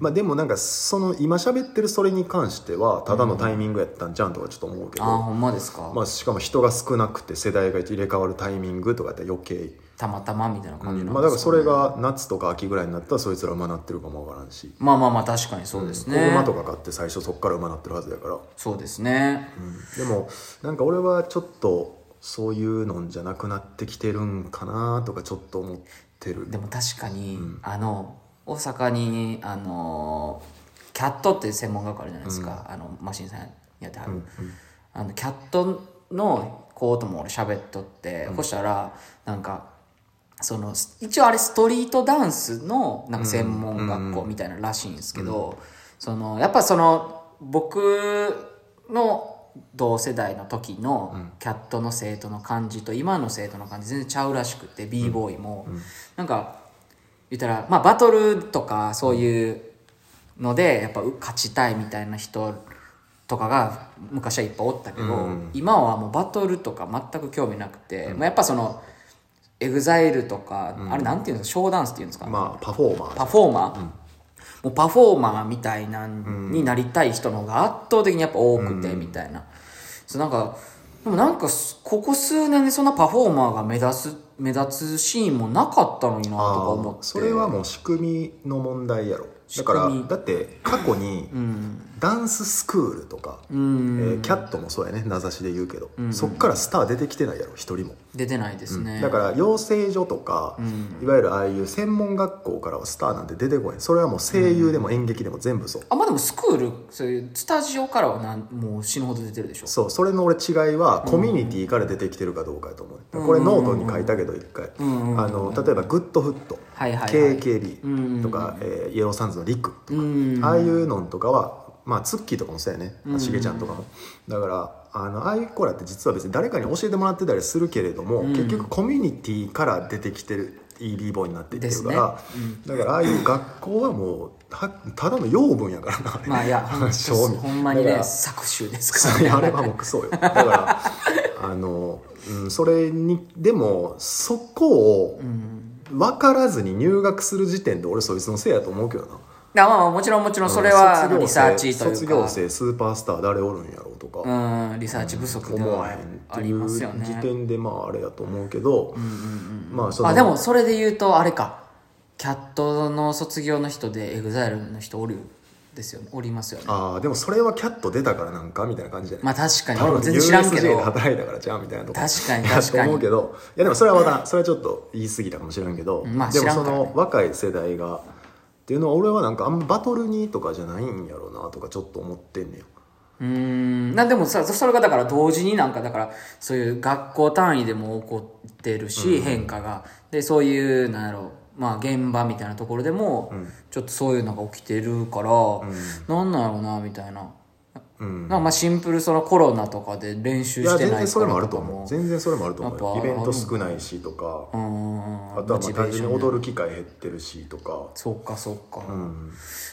A: まあでもなんかその今喋ってるそれに関してはただのタイミングやったんちゃうんとかちょっと思うけ
B: ー
A: ど、
B: あーほんまですか、
A: まあ、しかも人が少なくて世代が入れ替わるタイミングとかやって余計、
B: たまたまみたいな感じなん
A: まあ、だからそれが夏とか秋ぐらいになったらそいつら馬なってるかもわからんし
B: まあまあまあ確かにそうですね、
A: 馬とか買って最初そっから馬なってるはずやから、
B: そうですね、
A: でもなんか俺はちょっとそういうのんじゃなくなってきてるんかなとかちょっと思ってる
B: でも確かに、あの大阪にあのキャットっていう専門学校あるじゃないですか、あのマシンさんやってはる、あのキャットの子とも俺喋っとって、そしたらなんかその一応あれストリートダンスのなんか専門学校みたいなのらしいんですけど、そのやっぱその僕の同世代の時のキャットの生徒の感じと今の生徒の感じ全然ちゃうらしくて b ボーイも、なんか言ったら、まあ、バトルとかそういうのでやっぱう勝ちたいみたいな人とかが昔はいっぱいおったけど、今はもうバトルとか全く興味なくて、もうやっぱそのエグザイルとか、あれなんていうんですかショーダンスっていうんですか、
A: まあパフォーマー
B: パフォーマー、もうパフォーマーみたいなんになりたい人の方が圧倒的にやっぱ多くてみたいな、そうなんかでもなんかすここ数年でそんなパフォーマーが目立つ目立つシーンもなかったのになとか思って
A: それはもう仕組みの問題やろだから
B: 仕組み
A: だって過去にダンススクールとか、えーキャットもそうやね名指しで言うけど、そっからスター出てきてないやろ一人も、
B: 出てないですね、
A: だから養成所とか、いわゆるああいう専門学校からはスターなんて出てこないそれはもう声優でも演劇でも全部そう、
B: あまあでもスクールそういうスタジオからはなんもう死ぬほど出てるでしょ
A: そうそれの俺違いはコミュニティから出てきてるかどうかやと思う、これノートに書いたけど一回、あの例えば「グッドフット」
B: はいはいはい
A: KKB」とか、えーイエローサンズの「リック」とか、ああいうのんとかはまあツッキーとかもそうやねあしげちゃんとかも、だからあのああいう子らって実は別に誰かに教えてもらってたりするけれども、結局コミュニティから出てきてる ED ボーイになっていってるから、だからああいう学校はもうたただの養分やからなれ
B: まあい やほん
A: 正味
B: ほんまに
A: だ
B: ね
A: から
B: 搾取です
A: そ
B: か
A: れ
B: ら
A: あれ
B: ね
A: はもうクソよだからあの、うん、それにでもそこを分からずに入学する時点で俺そいつのせいやと思うけどな
B: あまあまあもちろんもちろんそれはあ
A: 卒業
B: の
A: 生
B: リサーチというか
A: 卒業生スーパースター誰おるんやろうとか
B: うんリサーチ不足で
A: 思わ
B: は
A: へんって
B: あ
A: い
B: り
A: う
B: ますよ
A: 時
B: ね
A: 点でまああれやと思うけどまあその
B: あでもそれで言うとあれかキャットの卒業の人でエグザイルの人おるですよねおりますよね
A: あーでもそれはキャット出たからなんかみたいな感じじゃない
B: まあ確かに
A: 多分
B: 全然知らん
A: USJ
B: けど
A: で働いたからじゃんみたいなとこ
B: 確かに
A: いや
B: 確かに
A: と思うけどいやでもそれはまたそれはちょっと言い過ぎたかもしれんけど、
B: うんまあ
A: で
B: 知
A: も
B: らん
A: そ
B: からね
A: の若い世代がっていうのは俺はなんかあんまバトルにとかじゃないんやろうなとかちょっと思ってんねよ
B: うーんなんでもさそれがだから同時になんかだからそういう学校単位でも起こってるし、変化がでそういうなんやろうまあ現場みたいなところでも、ちょっとそういうのが起きてるから、なんなんやろうなみたいな、
A: うん
B: なんかまあシンプルそのコロナとかで練習
A: い
B: し
A: や
B: てな
A: 全然
B: いから
A: それもあると
B: か
A: 思う全然それもあると思う
B: やっぱ
A: よイベント少ないしとか
B: うーん
A: あとはまあ
B: モチベー
A: 単
B: ショ
A: 純
B: ン
A: に踊る機会減ってるしとか
B: そっかそっか、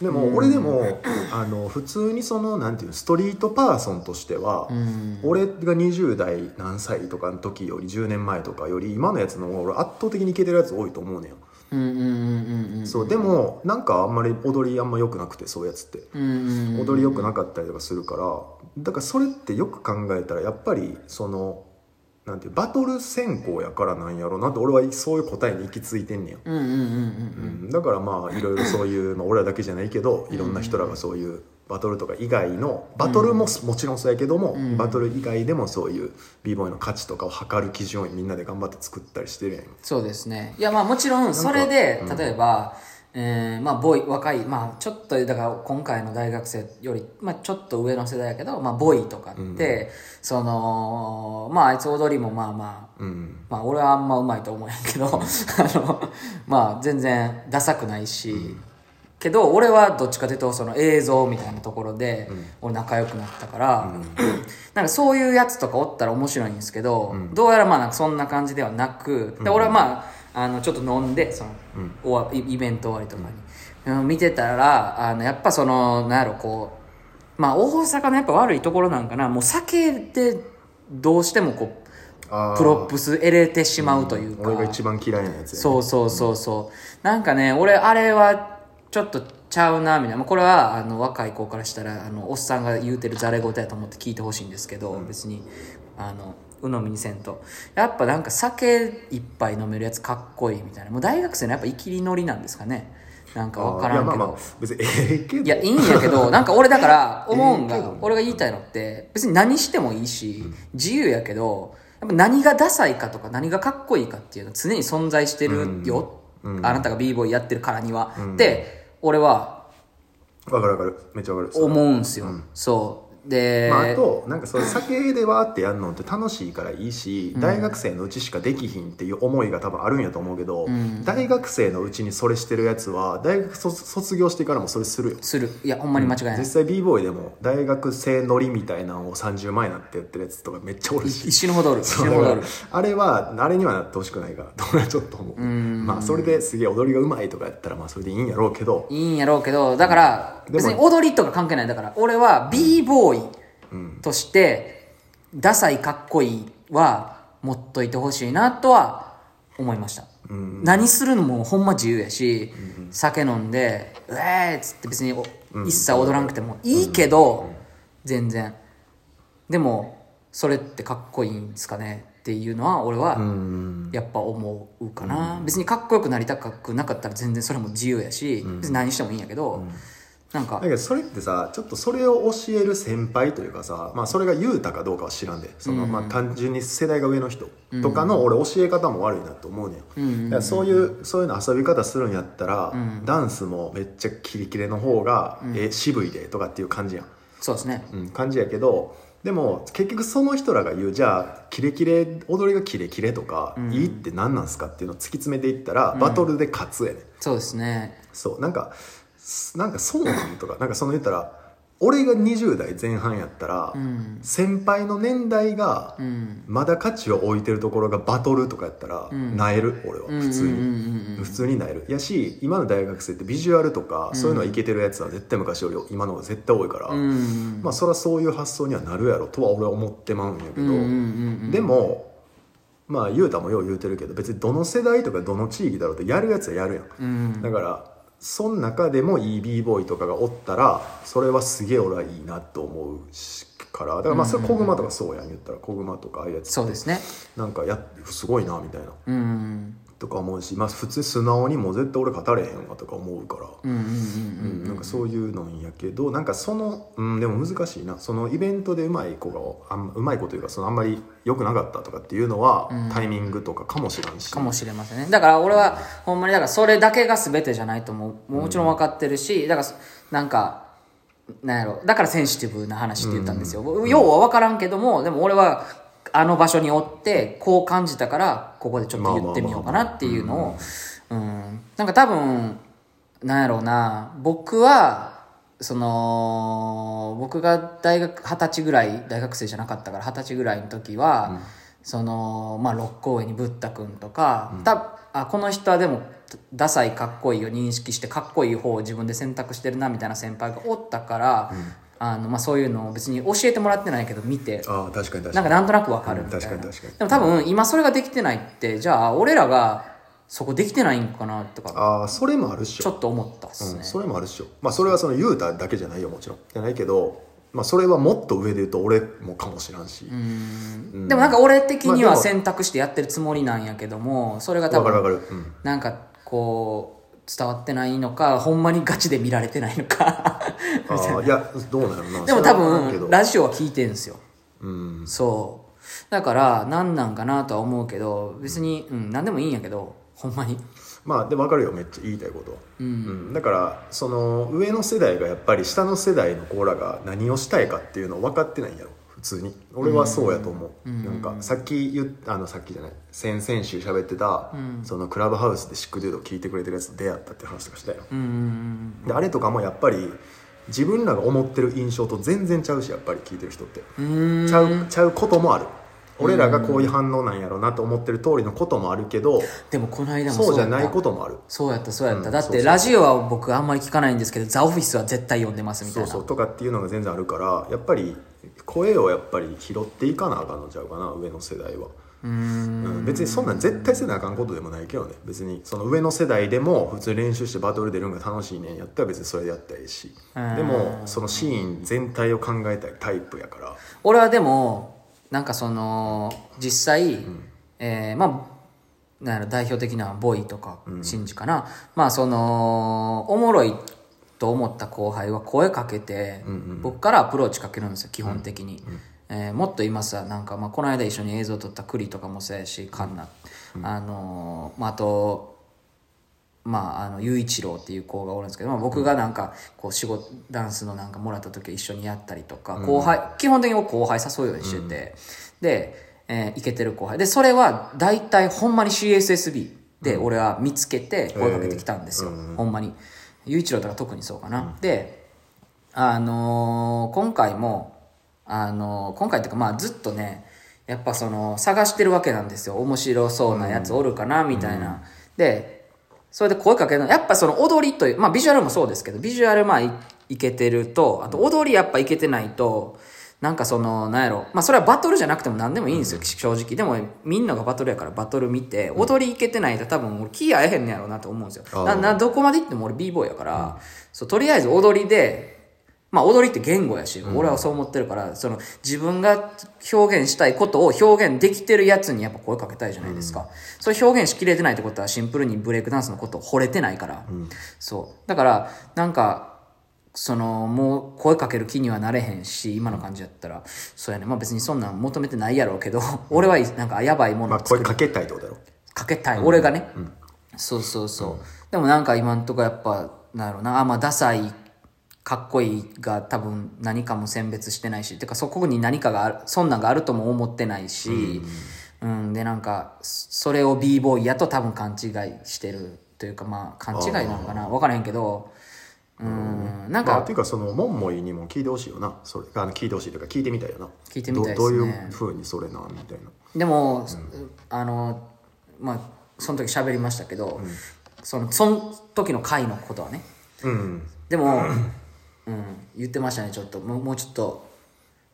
A: でも俺でもあの普通にそのなんていうのストリートパーソンとしては俺が20代何歳とかの時より10年前とかより今のやつの方が俺圧倒的にいけてるやつ多いと思うねん
B: うんうんうんうんうん
A: そうでもなんかあんまり踊りあんま良くなくてそういうやつって
B: うんうん
A: 踊り良くなかったりとかするからだからそれってよく考えたらやっぱりそのなんていうバトル選考やからなんやろなって俺はそういう答えに行き着いてんねん
B: うんうんうんうん
A: うんだからまあいろいろそういう、まあ、俺らだけじゃないけどいろんな人らがそういうバトルとか以外のバトルもすもちろんそうやけども、バトル以外でもそういう b ボーイの価値とかを測る基準をみんなで頑張って作ったりしてるやん今
B: そうですねいやまあもちろんそれで例えば、えーまあボーイ若いまあちょっとだから今回の大学生より、まあ、ちょっと上の世代やけど、まあ、ボーイとかって、そのまああいつ踊りもまあまあ、
A: うん
B: まあ俺はあんまうまいと思うんやけど、 あのまあ全然ダサくないし、けど俺はどっちかというとその映像みたいなところで俺仲良くなったから、なんかそういうやつとかおったら面白いんですけど、どうやらまあなんかそんな感じではなくで俺はまああのちょっと飲んでその、終わイイベント終わりとかに、うん見てたらあのやっぱそのなんやろこうまあ大阪のやっぱ悪いところなんかなもう酒でどうしてもこう
A: あー
B: プロップス得れてしまうというか、
A: 俺が一番嫌いなやつやね
B: そうそうそうそうなんかね俺あれはちょっとちゃうなみたいなまあこれはあの若い子からしたらあのおっさんが言うてるざれ言やと思って聞いてほしいんですけど、別にあの鵜呑みにせんとやっぱなんか酒一杯飲めるやつかっこいいみたいなもう大学生のやっぱ生きり乗りなんですかねなんか分からんけど
A: あーいやまあまあ別にええけど
B: いや、いいんや けど、なんか俺だから思うん
A: いいけど
B: が、俺が言いたいのって、別に何してもいいし、自由やけど、やっぱ何がダサいかとか何がかっこいいかっていうのは常に存在してるよ。あなたが b ボーイやってるからには。って、俺は
A: わかるわかるめっちゃわかる
B: 思うんすよ。そう。で、
A: まあ、あとなんかそう酒でわーってやるのって楽しいからいいし、大学生のうちしかできひんっていう思いが多分あるんやと思うけど、大学生のうちにそれしてるやつは大学卒卒業してからもそれするよ
B: する。いや、ほんまに間違いない
A: 実。際 b ボーイでも大学生乗りみたいなのを30万円なってやってるやつとかめっちゃおるし
B: 一死ぬほどおる。死
A: そう
B: ぬ
A: だ
B: ほ
A: か
B: どお
A: ら
B: る。
A: あれはあれにはなってほしくないから俺はちょっと思うまあそれですげえ踊りがうまいとかやったらまあそれでいいんやろうけど
B: いいんやろうけど、だから、
A: でも
B: 別に踊りとか関係ない。だから、俺は b ボーイとして、ダサいかっこいいは持っといてほしいなとは思いました。何するのもほんま自由やし、酒飲んで、うえーっつって別にお一切踊らなくてもいいけど、全然。でも、それってかっこいいんですかねっていうのは、俺は、やっぱ思うかな、別にかっこよくなりたくなかったら全然それも自由やし、別に何してもいいんやけど、なんか
A: だけどそれってさちょっとそれを教える先輩というかさ、まあ、それが雄太かどうかは知らんでその、まあ、単純に世代が上の人とかの俺教え方も悪いなと思うねん、だからそういうそういうの遊び方するんやったら、ダンスもめっちゃキレキレの方が、え渋いでとかっていう感じやん、
B: そうですね
A: うん、感じやけどでも結局その人らが言うじゃあキレキレ踊りがキレキレとか、いいって何なんすかっていうのを突き詰めていったら、バトルで勝つやねん
B: そうですね
A: そうなんかすなんかそうなんとかなんかその言ったら俺が20代前半やったら、先輩の年代がまだ価値を置いてるところがバトルとかやったら、なえる俺は普通に、普通になえるやし今の大学生ってビジュアルとか、そういうのはいけてるやつは絶対昔より今の方が絶対多いから、まあそりゃそういう発想にはなるやろとは俺は思ってまうんやけど、でもまあ雄太もよう言うてるけど別にどの世代とかどの地域だろうってやるやつはやるやん、だからその中でもいい b ボーイとかがおったらそれはすげえ俺はいいなと思うしからだからまあそれ小熊とかそうやん言ったら小熊とかああいうやつ
B: そうですね
A: なんかやすごいなみたいな
B: うん
A: とか思うし、まあ、普通素直にもう絶対俺語れへんわとか思うから、
B: うんうんうん
A: うん、なんかそういうのんやけどなんかその、うん、でも難しいなそのイベントでうまい子があんうまい子というかそのあんまり良くなかったとかっていうのは、タイミングとかかもしれんし
B: かもしれませんねだから俺はほんまにだからそれだけが全てじゃないとももちろん分かってるしだからそなんかなんやろだからセンシティブな話って言ったんですよ、要は分からんけどもでも俺はあの場所におってこう感じたからここでちょっと言ってみようかなっていうのをうんなんか多分なんやろうな僕はその僕が大学二十歳ぐらい大学生じゃなかったから二十歳ぐらいの時は、そのまあ六甲上にブッダ君とか、たあこの人はでもダサいかっこいいを認識してかっこいい方を自分で選択してるなみたいな先輩がおったから、あのまあ、そういうのを別に教えてもらってないけど見て
A: ああ確かに確
B: な
A: か
B: んか
A: に
B: なんとなくわかるみたいな、
A: うん確かに確かに
B: でも多分今それができてないってじゃあ俺らがそこできてないんかなとか
A: ああそれもあるっしょ
B: ちょっと思ったっ
A: う
B: すね
A: ん、、それもあるっしょ、まあ、それはその雄太だけじゃないよもちろんじゃないけど、まあ、それはもっと上で言うと俺もかもしらんしうん
B: でもなんか俺的に
A: まあで
B: は
A: も
B: 選択してやってるつもりなんやけどもそれが多
A: わかるわ
B: 分
A: かる、 うん、
B: なんかこう伝わってないのかほんまにガチで見られてないのか
A: あーいやどうなのな
B: でも多分
A: 分
B: ラジオは聞いてんすよ
A: うん
B: そうだから何なんかなとは思うけど別に、うん、何でもいいんやけどほんまに
A: まあでも分かるよめっちゃ言いたいこと、う
B: う
A: んん、だからその上の世代がやっぱり下の世代の子らが何をしたいかっていうのを分かってないんやろ普通に俺はそうやと思う、
B: うん
A: なんかさっき言っあのさっきじゃない先々週喋ってた、
B: うん
A: そのクラブハウスでシックデュード聞いてくれてるやつと出会ったって話とかしたよ、
B: うんうん
A: であれとかもやっぱり自分らが思ってる印象と全然ちゃうしやっぱり聞いてる人って
B: うんうんうーん
A: ちゃうちゃうこともある俺らがこういう反応なんやろうなと思ってる通りのこともあるけど
B: でもこの間も
A: そうじゃ
B: やった
A: ないこともある
B: そうやったそうやった、
A: うん
B: だ
A: そう
B: っ
A: そ
B: て
A: う
B: ラジオは僕あんまり聞かないんですけど「ザ・オフィスは絶対読んでますみたい
A: そう
B: な
A: そうとかっていうのが全然あるからやっぱり声をやっぱり拾っていかなあかんのちゃうかな上の世代は、
B: うーん
A: うん、別にそんなん絶対せなあかんことでもないけどね別にその上の世代でも普通に練習してバトル出るのが楽しいねんやったら別にそれでやったらいいし
B: うん
A: でもそのシーン全体を考えたいタイプやから
B: 俺はでもなんかその実際、えーまあなんやろ代表的なボーイとかシンジかな、まあそのおもろいと思った後輩は声かけて、僕からアプローチかけるんですよ基本的に、えーもっと今さなんか、まあ、この間一緒に映像撮ったクリとかもそうやしカンナ、あのーまあ、あとまあ、あの雄一郎っていう子がおるんですけど、まあ、僕がなんかこう仕事ダンスのなんかもらった時は一緒にやったりとか後輩、基本的に僕後輩誘うようにしてて、で、えーイケてる後輩でそれは大体ほんまに CSSB で俺は見つけて声かけてきたんですよ、ほんまに雄一郎とか特にそうかな、であのー今回も、あのー今回っていうかまあずっとねやっぱその探してるわけなんですよ面白そうなやつおるかなみたいな、でそれで声かけるのやっぱその踊りというまあビジュアルもそうですけどビジュアルまあいいけてるとあと踊りやっぱいけてないとなんかそのなんやろまあそれはバトルじゃなくても何でもいいんですよ、正直でもみんながバトルやからバトル見て踊りいけてないと多分俺気合えへんねやろうなと思うんですよ
A: あー
B: ななどこまで行っても俺 b ボーイやから、そうとりあえず踊りでまあ踊りって言語やし、俺はそう思ってるから、その自分が表現したいことを表現できてるやつにやっぱ声かけたいじゃないですか。それ表現しきれてないってことはシンプルにブレイクダンスのことを惚れてないから。そう。だから、なんか、その、もう声かける気にはなれへんし、今の感じやったら、そうやね。まあ別にそんなん求めてないやろうけど、 俺はいいなんかやばいもの
A: ま
B: を
A: あ声かけたいってことだろ
B: かけたい、俺がね、そうそうそう、でもなんか今んとこやっぱなんやろなあまあダサいかっこいいが多分何かも選別してないしてかそこに何かがあるそんなんがあるとも思ってないし、うんでなんかそれを b ボーイやと多分勘違いしてるというかまあ勘違いなのかな分からへんけどうんなん
A: まあ、
B: か
A: っていうかそのモンモイにも聞いてほしいよなそれあの聞いてほしいというか聞いてみたいよな
B: 聞いてみたいですね
A: どどういうふうにそれなみたいな
B: でも、あのまあその時喋りましたけど、そのその時の回のことはね
A: うん
B: でも、うん、言ってましたね、ちょっと、もうもうちょっと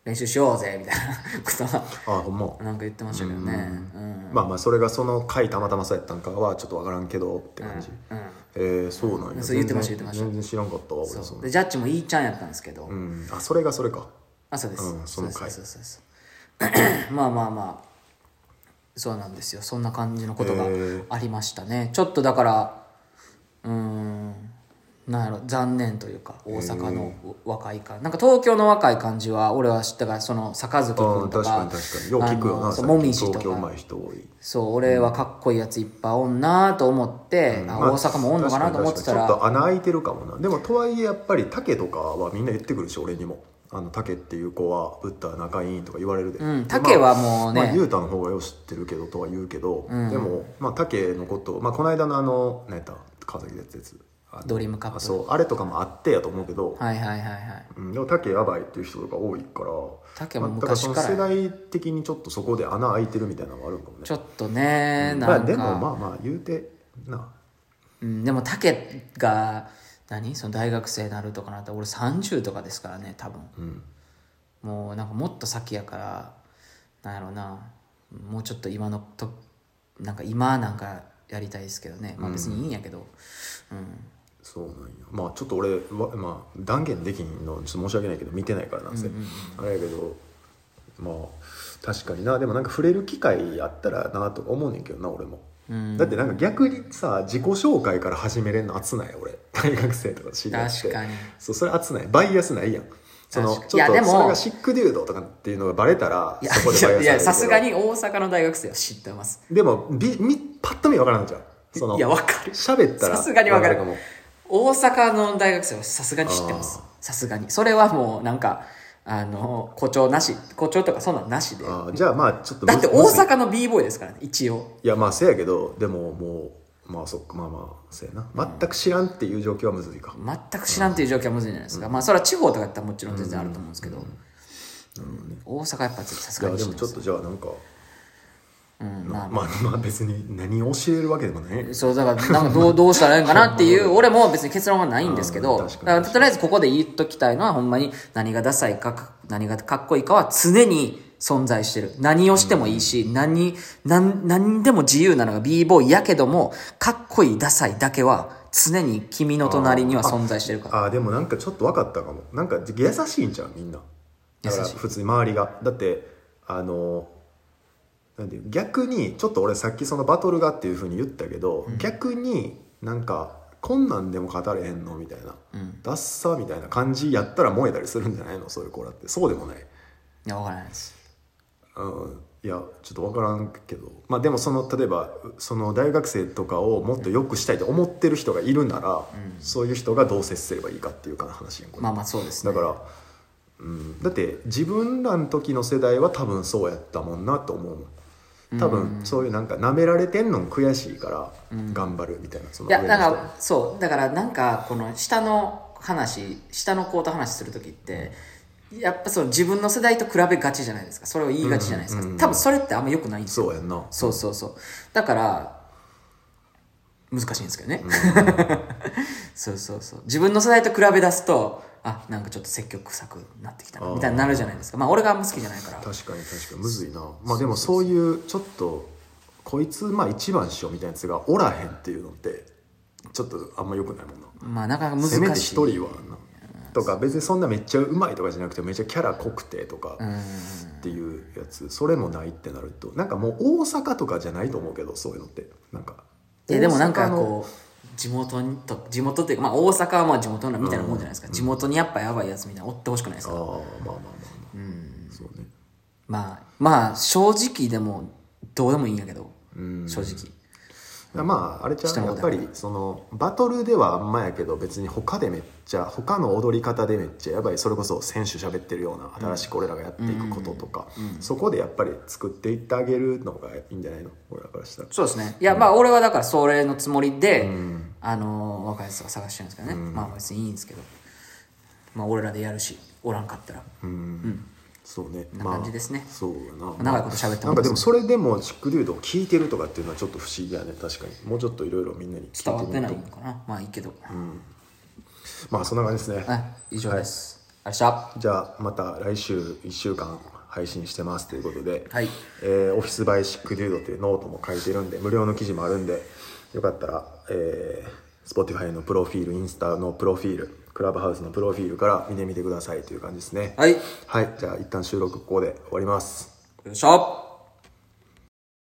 B: 練習しようぜ、みたいなことは、
A: あほんま、
B: なんか言ってましたけどね。うん。
A: まあまあそれがその回たまたまそうやったんかはちょっとわからんけどって感じ、
B: うん
A: えー、そうなんや
B: そう言ってました
A: 全然
B: 言って
A: 全然
B: ました
A: 知らんかったわ俺そ
B: そううでジャッジもいいちゃんやったんですけど、
A: うんあそれがそれか
B: あそうです、
A: うんその回
B: うですそうです まあまあまあそうなんですよそんな感じのことが
A: へー
B: ありましたね、ちょっとだからうーんなんやろ残念というか大阪の若い感なんか東京の若い感じは俺は知ったからその坂月
A: う
B: 君
A: ん
B: と
A: 確
B: か
A: かに確かによう聞くよ
B: あの
A: な
B: そ
A: 最近
B: うもみじと
A: 東京う
B: か
A: まい人多い
B: そう俺はかっこいいやついっぱいおんなと思って、あ
A: まあ
B: 大阪もおんのかなと思ってた
A: 確かに確かに
B: ら
A: ちょっと穴開いてるかもなでもとはいえやっぱり竹とかはみんな言ってくるし俺にもあの竹っていう子はブッダ仲いいとか言われるで、
B: うん竹はもうね
A: まあ、雄太の方がよう知ってるけどとは言うけど、
B: ん
A: でも、まあ、竹のこと、まあ、この間のあの何やった川崎でやったやつあの
B: ドリームカップ
A: あそうあれとかもあってやと思うけど、
B: はいはいはいはい
A: うん、でも竹やばいっていう人とか多いから
B: 竹も
A: まあだからその
B: 昔から
A: 世代的にちょっとそこで穴開いてるみたいなのがあるんかもね
B: ちょっとね、
A: うんま
B: な
A: あ
B: んか、
A: でもまあまあ言うてな
B: うん、でも竹が何その大学生になるとかなったら俺30とかですからね多分
A: うん
B: もうなんかもっと先やからなんやろうなもうちょっと今のとなんか今なんかやりたいですけどね、まあ、別にいいんやけど、うん
A: そうなんやまあちょっと俺は、まあ、断言できんのちょっと申し訳ないけど見てないからなんせ、あれやけどまあ確かになでもなんか触れる機会やったらなとか思うねんけどな俺も、
B: ん
A: だってなんか逆にさ自己紹介から始めれんの熱ない俺 大学生とか知り合いって
B: 確かに
A: そうそれ熱ないバイアスないやんその
B: 確かに
A: ちょっ
B: いやで
A: と
B: も
A: それがシックデュードとかっていうのがバレたら
B: いや
A: そこでバイアス
B: いやさ
A: さ
B: す
A: れ
B: が
A: るけ
B: に大阪の大学生は知ってます
A: どでもびみパッと見分からんじゃんその
B: いやわかる
A: 喋ったら
B: さすがにわかる
A: も
B: 大阪の大学生はさすがに知ってます
A: あ
B: さすがにそれはもうなんかあの誇張なし誇張とかそんなんなしで
A: あーじゃあまあちょっとむ
B: だって大
A: むずい
B: 阪の b ボーイですからね一応
A: いやまあせやけどでももうまあそっかまあまあせやな全く知らんっていう状況はむずいか、
B: 全く知らんっていう状況はむずいじゃないですか、まあそれは地方とかやったらもちろん全然あると思うんですけど、大阪やっぱさす
A: い
B: が
A: や
B: に
A: で
B: 知っ
A: も
B: て
A: ちょ
B: ま
A: っ
B: す
A: とじゃあなんか
B: うん
A: ま
B: ま
A: あ
B: あ
A: まあ別に何を教えるわけでもない
B: そうだからなんかどうどうしたらいいんかなって いう俺も別に結論はないんですけど
A: うん
B: だ
A: 確か
B: か
A: に
B: らとりあえずここで言っときたいのはほんまに何がダサいかか何がかっこいいかは常に存在してる何をしてもいいし、何何何でも自由なのが b ボーイやけどもかっこいいダサいだけは常に君の隣には存在してるから
A: ああでもなんかちょっと分かったかもなんか優しいんちゃうみんなだから
B: 優しい
A: 普通に周りがだってあのなんていう逆にちょっと俺さっきそのバトルがっていうふうに言ったけど、逆になんかこんなんでも語れへんのみたいな、ダッサみたいな感じやったら燃えたりするんじゃないのそういう子らってそうでもない
B: いやわからないです
A: うんいやちょっと分からんけど、まあ、でもその例えばその大学生とかをもっと良くしたいと思ってる人がいるなら、そういう人がどう接すればいいかっていうかな話やんこれ
B: まあまあそうですね
A: だから、うん、だって自分らの時の世代は多分そうやったもんなと思うもん多分そういうなんか舐められてんのも悔しいから頑張るみたいな、その
B: いや
A: 上の
B: だ
A: 人
B: からそうだからなんかこの下の話下の子と話する時ってやっぱその自分の世代と比べがちじゃないですかそれを言いがちじゃないですか、
A: うんうん
B: 多分それってあんま良くないんですよ
A: そうやんな
B: そうそうそうだから難しいんですけどね、 そうそうそう自分の世代と比べ出すとあなんかちょっと積極臭くなってきたなみたいになるじゃないですかまあ俺があんま好きじゃないから
A: 確かに確かにむずいなまあでもそういうちょっとこいつまあ一番っしようみたいなやつがおらへんっていうのってちょっとあんまよくないもんな
B: まあなかなか
A: せめ
B: 難
A: て
B: し
A: 一
B: い
A: 人はなとか別にそんなめっちゃうまいとかじゃなくてめっちゃキャラ濃くてとかっていうやつそれもないってなるとなんかもう大阪とかじゃないと思うけどそういうのってなんか
B: いやでもなん
A: 大
B: か
A: 阪の
B: こう地元にと地元っていうか、まあ、大阪はまあ地元みたいなもんじゃないですか、地元にやっぱやばいやつみたいなの追ってほしくないです
A: ああ
B: か
A: まあまあまあまあ、そうね
B: まあまあ正直でもどうでもいいんやけど、正直
A: まああれちゃ
B: 下
A: う
B: の
A: や
B: 方
A: っぱりそのバトルではあんまやけど別に他でめっちゃ他の踊り方でめっちゃやばいそれこそ選手喋ってるような新しく俺らがやっていくこととか、そこでやっぱり作っていってあげるのがいいんじゃないの俺らからしたら。
B: そうですねいやまあ俺はだからそれのつもりで、あの若いやつが探してるんですけどね、まあ別にいいんですけどまあ俺らでやるしおらんかったら、
A: そうね
B: な感じですね
A: まあ、そうやな
B: 長いこと喋って
A: な
B: も
A: んかでもそれでもシックデュードを聞いてるとかっていうのはちょっと不思議やね確かにもうちょっといろいろみんなに聞い
B: 伝わって
A: みる
B: ない
A: と
B: のかなまあいいけど、
A: まあそんな感じですね
B: はい以上です、ありがとうございました
A: じゃあまた来週1週間配信してますということで、
B: はい
A: えーオフィスバイシックデュードっていうノートも書いてるんで無料の記事もあるんでよかったら、えー、Spotify のプロフィールインスタのプロフィールクラブハウスのプロフィールから見てみてくださいという感じですね
B: はいありがと
A: はい、じゃあ一旦収録ここで終わります
B: うございました